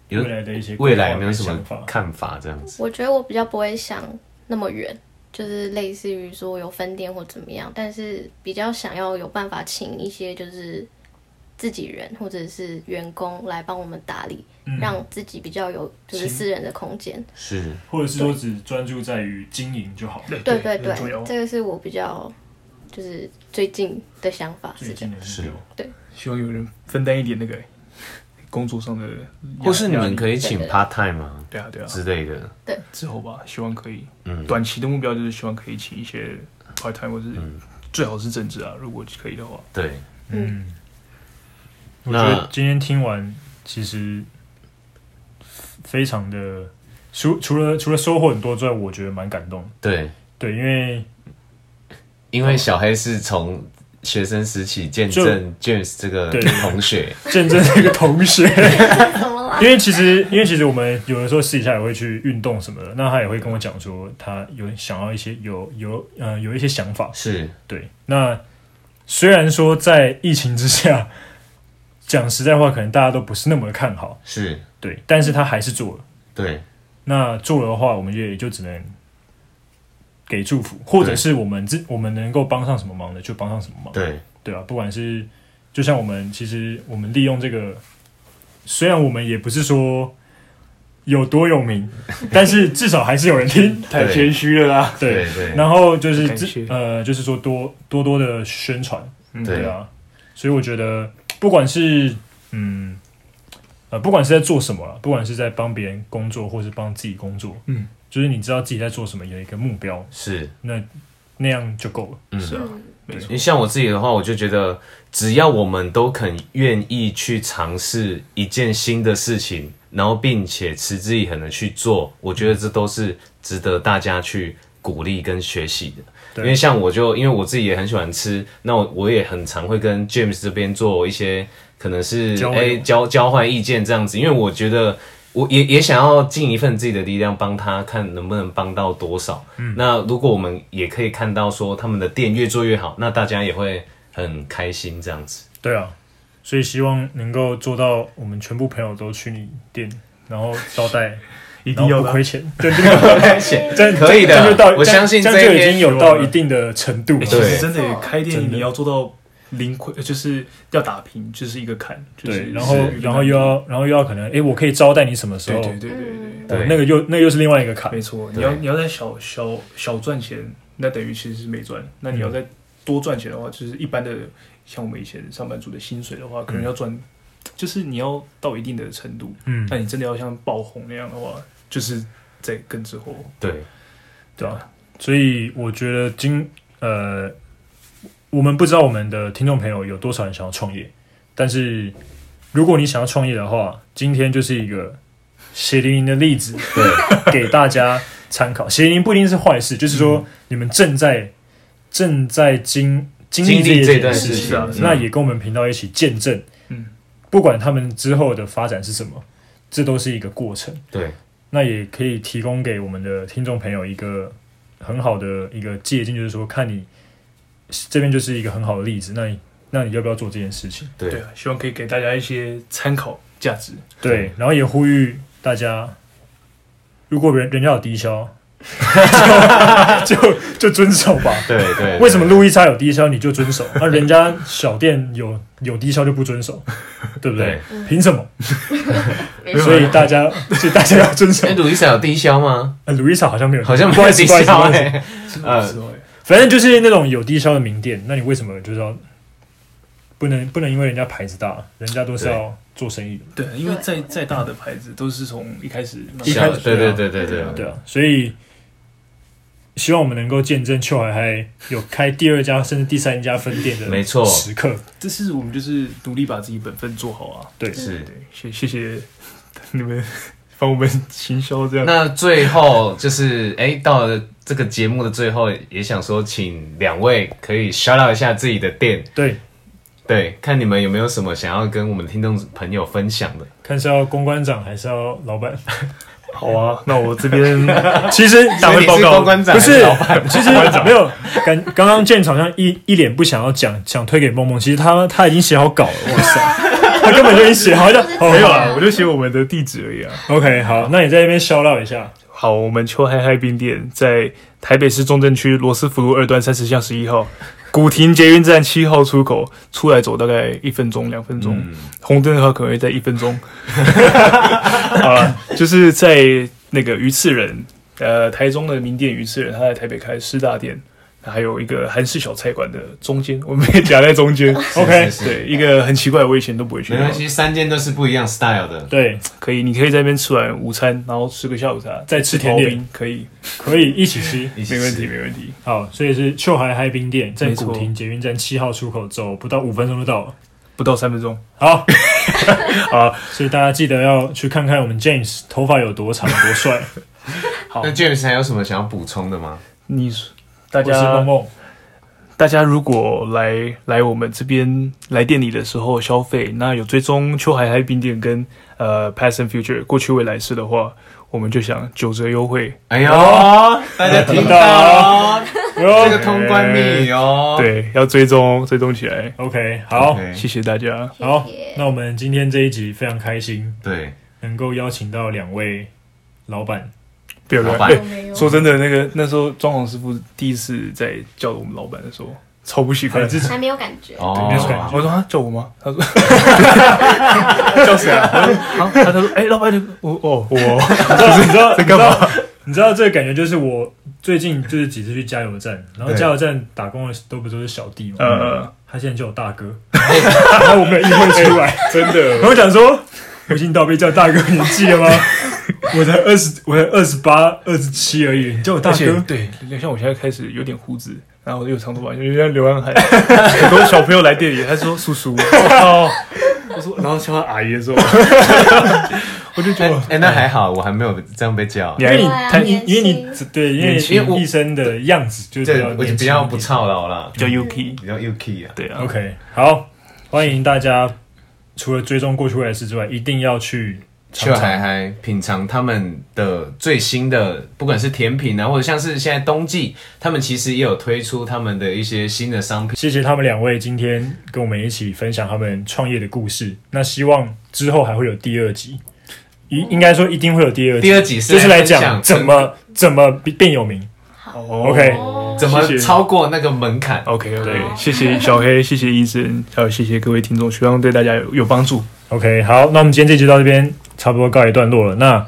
[SPEAKER 2] 有
[SPEAKER 1] 未来的一些
[SPEAKER 2] 未来有没有什
[SPEAKER 1] 想
[SPEAKER 2] 么
[SPEAKER 1] 法？
[SPEAKER 2] 看法这样子？
[SPEAKER 4] 我觉得我比较不会想那么远，就是类似于说有分店或怎么样，但是比较想要有办法请一些就是自己人或者是员工来帮我们打理，
[SPEAKER 1] 嗯
[SPEAKER 4] 让自己比较有就是
[SPEAKER 1] 行
[SPEAKER 4] 私人的空间。
[SPEAKER 2] 是，
[SPEAKER 1] 或者是说只专注在于经营就好？
[SPEAKER 3] 对
[SPEAKER 4] 对对
[SPEAKER 3] 很重要
[SPEAKER 4] 对，这个是我比较就是最近的想法是
[SPEAKER 1] 最
[SPEAKER 4] 这样。
[SPEAKER 1] 近的目标
[SPEAKER 3] 希望有人分担一点那个工作上的压，
[SPEAKER 2] 或是你们可
[SPEAKER 3] 以，
[SPEAKER 2] 以请 part time 啊
[SPEAKER 3] 对啊对啊，
[SPEAKER 2] 之类的，
[SPEAKER 3] 之后吧，希望可以。
[SPEAKER 2] 嗯，
[SPEAKER 3] 短期的目标就是希望可以请一些 part time 或是
[SPEAKER 2] 嗯
[SPEAKER 3] 最好是正职啊，如果可以的话。
[SPEAKER 2] 对，
[SPEAKER 1] 嗯，我觉
[SPEAKER 2] 那
[SPEAKER 1] 得今天听完其实非常的除除了除了收获很多之外，我觉得蛮感动的。
[SPEAKER 2] 对，
[SPEAKER 1] 对，因为
[SPEAKER 2] 因为小黑是从学生时期见证 James 这个
[SPEAKER 1] 对
[SPEAKER 2] 同学，
[SPEAKER 1] 见证这个同学，
[SPEAKER 4] 怎么啦？
[SPEAKER 1] 因为其实因为其实我们有的时候私底下也会去运动什么的，那他也会跟我讲说他有想要一些有有呃有一些想法，
[SPEAKER 2] 是
[SPEAKER 1] 对，那虽然说在疫情之下，讲实在话，可能大家都不是那么的看好，
[SPEAKER 2] 是，
[SPEAKER 1] 对，但是他还是做了。
[SPEAKER 2] 对，
[SPEAKER 1] 那做了的话，我们也就只能给祝福，或者是我们自我们能够帮上什么忙的就帮上什么忙，
[SPEAKER 2] 对，
[SPEAKER 1] 对啊，不管是就像我们其实我们利用这个，虽然我们也不是说有多有 名，但是至少还是有人听，
[SPEAKER 3] 太谦虚了啦，
[SPEAKER 1] 对。
[SPEAKER 2] 对，对，
[SPEAKER 1] 然后就是
[SPEAKER 3] 感
[SPEAKER 1] 自
[SPEAKER 3] 谢
[SPEAKER 1] 呃，就是说多多多的宣传，
[SPEAKER 3] 嗯
[SPEAKER 2] 对
[SPEAKER 1] 对啊，所以我觉得不管是嗯呃，不管是在做什么了，不管是在帮别人工作，或是帮自己工作，
[SPEAKER 3] 嗯，
[SPEAKER 1] 就是你知道自己在做什么，有一个目标，
[SPEAKER 2] 是，
[SPEAKER 1] 那那样就够了。
[SPEAKER 2] 嗯，
[SPEAKER 3] 是啊，没
[SPEAKER 2] 因
[SPEAKER 3] 错，
[SPEAKER 2] 为像我自己的话，我就觉得，只要我们都肯愿意去尝试一件新的事情，然后并且持之以恒的去做，我觉得这都是值得大家去鼓励跟学习的。
[SPEAKER 1] 对
[SPEAKER 2] 因为像我就因为我自己也很喜欢吃，那我我也很常会跟 James 这边做一些可能是
[SPEAKER 1] 交流
[SPEAKER 2] 哎交交换意见这样子，因为我觉得我也也想要尽一份自己的力量，帮他看能不能帮到多少。
[SPEAKER 1] 嗯
[SPEAKER 2] 那如果我们也可以看到说他们的店越做越好，那大家也会很开心这样子。
[SPEAKER 1] 对啊，所以希望能够做到，我们全部朋友都去你店，然后招待，
[SPEAKER 3] 一
[SPEAKER 1] 一
[SPEAKER 3] 定要
[SPEAKER 1] 不
[SPEAKER 3] 的啊
[SPEAKER 1] 亏钱， 对，这个这样
[SPEAKER 2] 可以的
[SPEAKER 1] 这样就到，
[SPEAKER 2] 我相信
[SPEAKER 1] 这样这样
[SPEAKER 2] 这
[SPEAKER 1] 就
[SPEAKER 2] 一
[SPEAKER 1] 已
[SPEAKER 2] 天
[SPEAKER 1] 经有
[SPEAKER 2] 有
[SPEAKER 1] 到
[SPEAKER 2] 了
[SPEAKER 1] 一定的程度了。
[SPEAKER 3] 其
[SPEAKER 2] 对
[SPEAKER 3] 实真的开店
[SPEAKER 1] 真的
[SPEAKER 3] 你要做到零亏，呃就是要打平，就是一个坎，就是
[SPEAKER 1] 对，然后
[SPEAKER 3] 是
[SPEAKER 1] 然后又要然后又要可能，哎，我可以招待你什么时
[SPEAKER 3] 对
[SPEAKER 1] 候？
[SPEAKER 3] 对对对对
[SPEAKER 2] 对
[SPEAKER 1] 哦那个又那个又是另外一个卡
[SPEAKER 3] 对，没。错，
[SPEAKER 2] 对
[SPEAKER 3] 你要你要在小小小赚钱，那等于其实是没赚，那你要在多赚钱的话，就是一般的像我们以前上班族的薪水的话，可能要赚，就是你要到一定的程度，
[SPEAKER 1] 嗯
[SPEAKER 3] 那你真的要像爆红那样的话，就是在跟之后，
[SPEAKER 2] 对，
[SPEAKER 3] 对啊吧、
[SPEAKER 1] 所以我觉得今呃，我们不知道我们的听众朋友有多少人想要创业，但是如果你想要创业的话，今天就是一个血淋淋的例子，对，给大家参考。血淋淋不一定是坏事，就是说你们正在正在经经历
[SPEAKER 2] 经历这
[SPEAKER 1] 件
[SPEAKER 2] 段
[SPEAKER 1] 事
[SPEAKER 2] 事
[SPEAKER 1] 情
[SPEAKER 2] 情，嗯
[SPEAKER 3] 是
[SPEAKER 1] 那也跟我们频道一起见证，
[SPEAKER 3] 嗯，
[SPEAKER 1] 不管他们之后的发展是什么，这都是一个过程。
[SPEAKER 2] 对，
[SPEAKER 1] 那也可以提供给我们的听众朋友一个很好的一个借鉴，就是说，看你这边就是一个很好的例子，那你那你要不要做这件事情？
[SPEAKER 2] 对，
[SPEAKER 3] 对啊，希望可以给大家一些参考价值。
[SPEAKER 1] 对，然后也呼吁大家，如果人人家有低 消，就就遵守吧。
[SPEAKER 2] 对，对，对
[SPEAKER 1] 为什么？路易莎有低消你就 遵守，而、人家小店有有低消就不遵守，对不对
[SPEAKER 2] 对？，
[SPEAKER 1] 凭什么？
[SPEAKER 4] 没
[SPEAKER 1] 所以大 家，所以大家要遵守
[SPEAKER 2] 哎，。鲁伊莎有低消吗？
[SPEAKER 1] 呃，路易莎好像没有，
[SPEAKER 2] 好像
[SPEAKER 1] 不
[SPEAKER 2] 没
[SPEAKER 1] 好
[SPEAKER 2] 有
[SPEAKER 1] 意思，
[SPEAKER 2] 低
[SPEAKER 1] 不好意思，
[SPEAKER 2] 消
[SPEAKER 1] 不好意思
[SPEAKER 2] 哎。呃
[SPEAKER 3] 是哦，
[SPEAKER 1] 反正就是那种有低消的名店，那你为什么就是要不能不能因为人家牌子大，人家都是要做生意的，
[SPEAKER 3] 对，啊因为再再大的牌子都是从一开始慢
[SPEAKER 1] 一
[SPEAKER 3] 慢
[SPEAKER 1] 开
[SPEAKER 2] 小，
[SPEAKER 1] 始
[SPEAKER 2] 对对对对对
[SPEAKER 3] 对啊
[SPEAKER 1] 对啊，所以希望我们能够见证邱海海有开第二家甚至第三家分店的
[SPEAKER 2] 没错
[SPEAKER 1] 时刻，
[SPEAKER 3] 这是我们就是努力把自己本分做好啊。
[SPEAKER 1] 对，
[SPEAKER 2] 是。
[SPEAKER 3] 对，谢谢谢 你们帮我们行销这样。
[SPEAKER 2] 那最后就是， 哎、到了这个节目的最后，也想说，请两位可以 shout out 一下自己的店，
[SPEAKER 1] 对，
[SPEAKER 2] 对，看你们有没有什么想要跟我们听众朋友分享的。
[SPEAKER 1] 看是要公关长还是要老 板？
[SPEAKER 3] 好啊，那我这边
[SPEAKER 1] 其 实
[SPEAKER 2] 打完报告所以你是公关长
[SPEAKER 1] 不
[SPEAKER 2] 还
[SPEAKER 1] 是
[SPEAKER 2] 是老，
[SPEAKER 1] 其实没有。刚刚刚建厂像一一脸不想要讲，想推给梦梦，其实他他已经写好稿了，哇塞，他根本就已经写好像哦
[SPEAKER 3] 没有啦，我就写我们的地址而已啊。
[SPEAKER 1] OK，好，那你在那边消唠一下。
[SPEAKER 3] 好，我们秋嗨嗨冰店在台北市中正区罗斯福路二段三十巷十一号，古亭捷运站七号出口，出来走大概一分钟、两分钟，红灯的话可能会在一分 钟。好了，就是在那个鱼刺人，呃，台中的名店鱼刺人，他在台北开师大店。还有一个韩式小菜馆的中间，我们也夹在中 间。
[SPEAKER 1] OK，
[SPEAKER 2] 是是
[SPEAKER 3] 对，一个很奇怪，我以前都不会去
[SPEAKER 2] 没
[SPEAKER 3] 的地 方。
[SPEAKER 2] 关系，三间都是不一样 style 的。
[SPEAKER 1] 对，
[SPEAKER 3] 可以，你可以在那边吃完午餐，然后吃个下午茶，
[SPEAKER 1] 再吃甜点
[SPEAKER 3] 刨冰，可以，
[SPEAKER 1] 可以一起吃。
[SPEAKER 2] 一起
[SPEAKER 3] 没问题，
[SPEAKER 2] 试，
[SPEAKER 3] 没问题。
[SPEAKER 1] 好，所以是秋海嗨冰店，在
[SPEAKER 3] 没错
[SPEAKER 1] 古亭捷运站七号出口走不到五分钟就到了。
[SPEAKER 3] 不到三分钟，
[SPEAKER 1] 好，好，所以大家记得要去看看我们 James 头发有多长多帅。
[SPEAKER 2] 那 James 还有什么想要补充的吗？
[SPEAKER 3] 你说 大
[SPEAKER 1] 我是梦
[SPEAKER 3] 家
[SPEAKER 1] 梦，
[SPEAKER 3] 大家如果来来我们这边来店里的时候消费，那有追踪秋海海冰店跟呃 Past and Future 过去未来式的话，我们就想九折优惠。
[SPEAKER 2] 哎呦，大家听
[SPEAKER 1] 到
[SPEAKER 2] 到 哦这
[SPEAKER 1] 这
[SPEAKER 2] 个通关密语哦。，
[SPEAKER 3] 对，要追踪追踪起来。
[SPEAKER 1] OK，好
[SPEAKER 2] OK
[SPEAKER 3] 谢谢大家，
[SPEAKER 1] 好
[SPEAKER 4] 谢谢，
[SPEAKER 1] 那我们今天这一集非常开心，
[SPEAKER 2] 对，
[SPEAKER 1] 能够邀请到两位老板。
[SPEAKER 3] 不要
[SPEAKER 2] 老
[SPEAKER 3] 乱。
[SPEAKER 2] 板
[SPEAKER 3] 哎
[SPEAKER 4] 没有
[SPEAKER 3] 说真的，那个那时候装潢师傅第一次在叫我们老板的时候，超不习
[SPEAKER 1] 哎
[SPEAKER 3] 惯。
[SPEAKER 4] 还没有感觉。
[SPEAKER 1] 没有感
[SPEAKER 2] 哦，
[SPEAKER 3] 我说啊，叫我吗？他说 叫谁啊？我说啊，他说哎，老板，我哦我
[SPEAKER 1] 你知道，你知道，
[SPEAKER 3] 在干嘛？
[SPEAKER 1] 你知道这个感觉就是我最近就是几次去加油站，然后
[SPEAKER 2] 对
[SPEAKER 1] 加油站打工的都不都是小弟嘛，
[SPEAKER 3] 呃，
[SPEAKER 1] 他现在叫我大哥，哎然后我没有意会出 来，
[SPEAKER 3] 真
[SPEAKER 1] 然
[SPEAKER 3] 的
[SPEAKER 1] 后我讲说，我已经到被叫大哥年纪了 吗？我才二十，我才二十八、二十七而已，你叫我大
[SPEAKER 3] 而且
[SPEAKER 1] 哥，
[SPEAKER 3] 对，像我现在开始有点胡子，然后又长头发，有点像流 浪汉。很多小朋友来店里，他说叔叔，哦，我说，然后叫他阿姨 的时候，我就觉
[SPEAKER 2] 哎
[SPEAKER 3] 得
[SPEAKER 2] 哎，那还好，我还没有这样被叫。
[SPEAKER 3] 你
[SPEAKER 1] 因
[SPEAKER 3] 还
[SPEAKER 1] 为你
[SPEAKER 4] 对啊
[SPEAKER 1] 他，
[SPEAKER 4] 年
[SPEAKER 1] 因为你
[SPEAKER 4] 轻
[SPEAKER 1] 只对，因为
[SPEAKER 2] 年轻因为
[SPEAKER 1] 你
[SPEAKER 2] 我
[SPEAKER 1] 一生的样子就是比
[SPEAKER 2] 对
[SPEAKER 1] 较，
[SPEAKER 2] 我就
[SPEAKER 1] 年
[SPEAKER 2] 比
[SPEAKER 1] 轻一
[SPEAKER 2] 较
[SPEAKER 1] 点
[SPEAKER 2] 不操劳啦，
[SPEAKER 3] 叫 UK，
[SPEAKER 2] 比较 UK 啊。
[SPEAKER 3] 对啊
[SPEAKER 1] OK，好，欢迎大家除了追踪过去未来事之外，一定要去
[SPEAKER 2] 去
[SPEAKER 1] 尝
[SPEAKER 2] 海
[SPEAKER 1] 尝。
[SPEAKER 2] 海品尝他们的最新的，不管是甜品啊，或者像是现在冬季，他们其实也有推出他们的一些新的商品。
[SPEAKER 1] 谢谢他们两位今天跟我们一起分享他们创业的故事。那希望之后还会有第二集，一应该说一定会有第二集。
[SPEAKER 2] 第二集是
[SPEAKER 1] 就是来
[SPEAKER 2] 分
[SPEAKER 1] 讲
[SPEAKER 2] 享哦
[SPEAKER 1] 怎么怎么变有名。OK，
[SPEAKER 2] 怎么
[SPEAKER 3] 谢谢
[SPEAKER 2] 超过那个门槛。
[SPEAKER 3] OK OK，谢谢小黑，谢谢医生，还有谢谢各位听众，希望对大家有有帮助。
[SPEAKER 1] OK，好，那我们今天这集到这边差不多告一段落了。那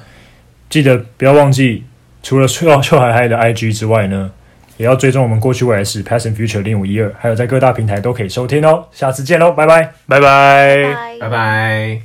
[SPEAKER 1] 记得不要忘记，除了秀秀海海的 IG 之外呢，也要追踪我们过去未来式 Past and Future 零五一二，还有在各大平台都可以收听哦。下次见喽，拜拜。
[SPEAKER 3] 拜拜。
[SPEAKER 4] 拜
[SPEAKER 2] 拜拜。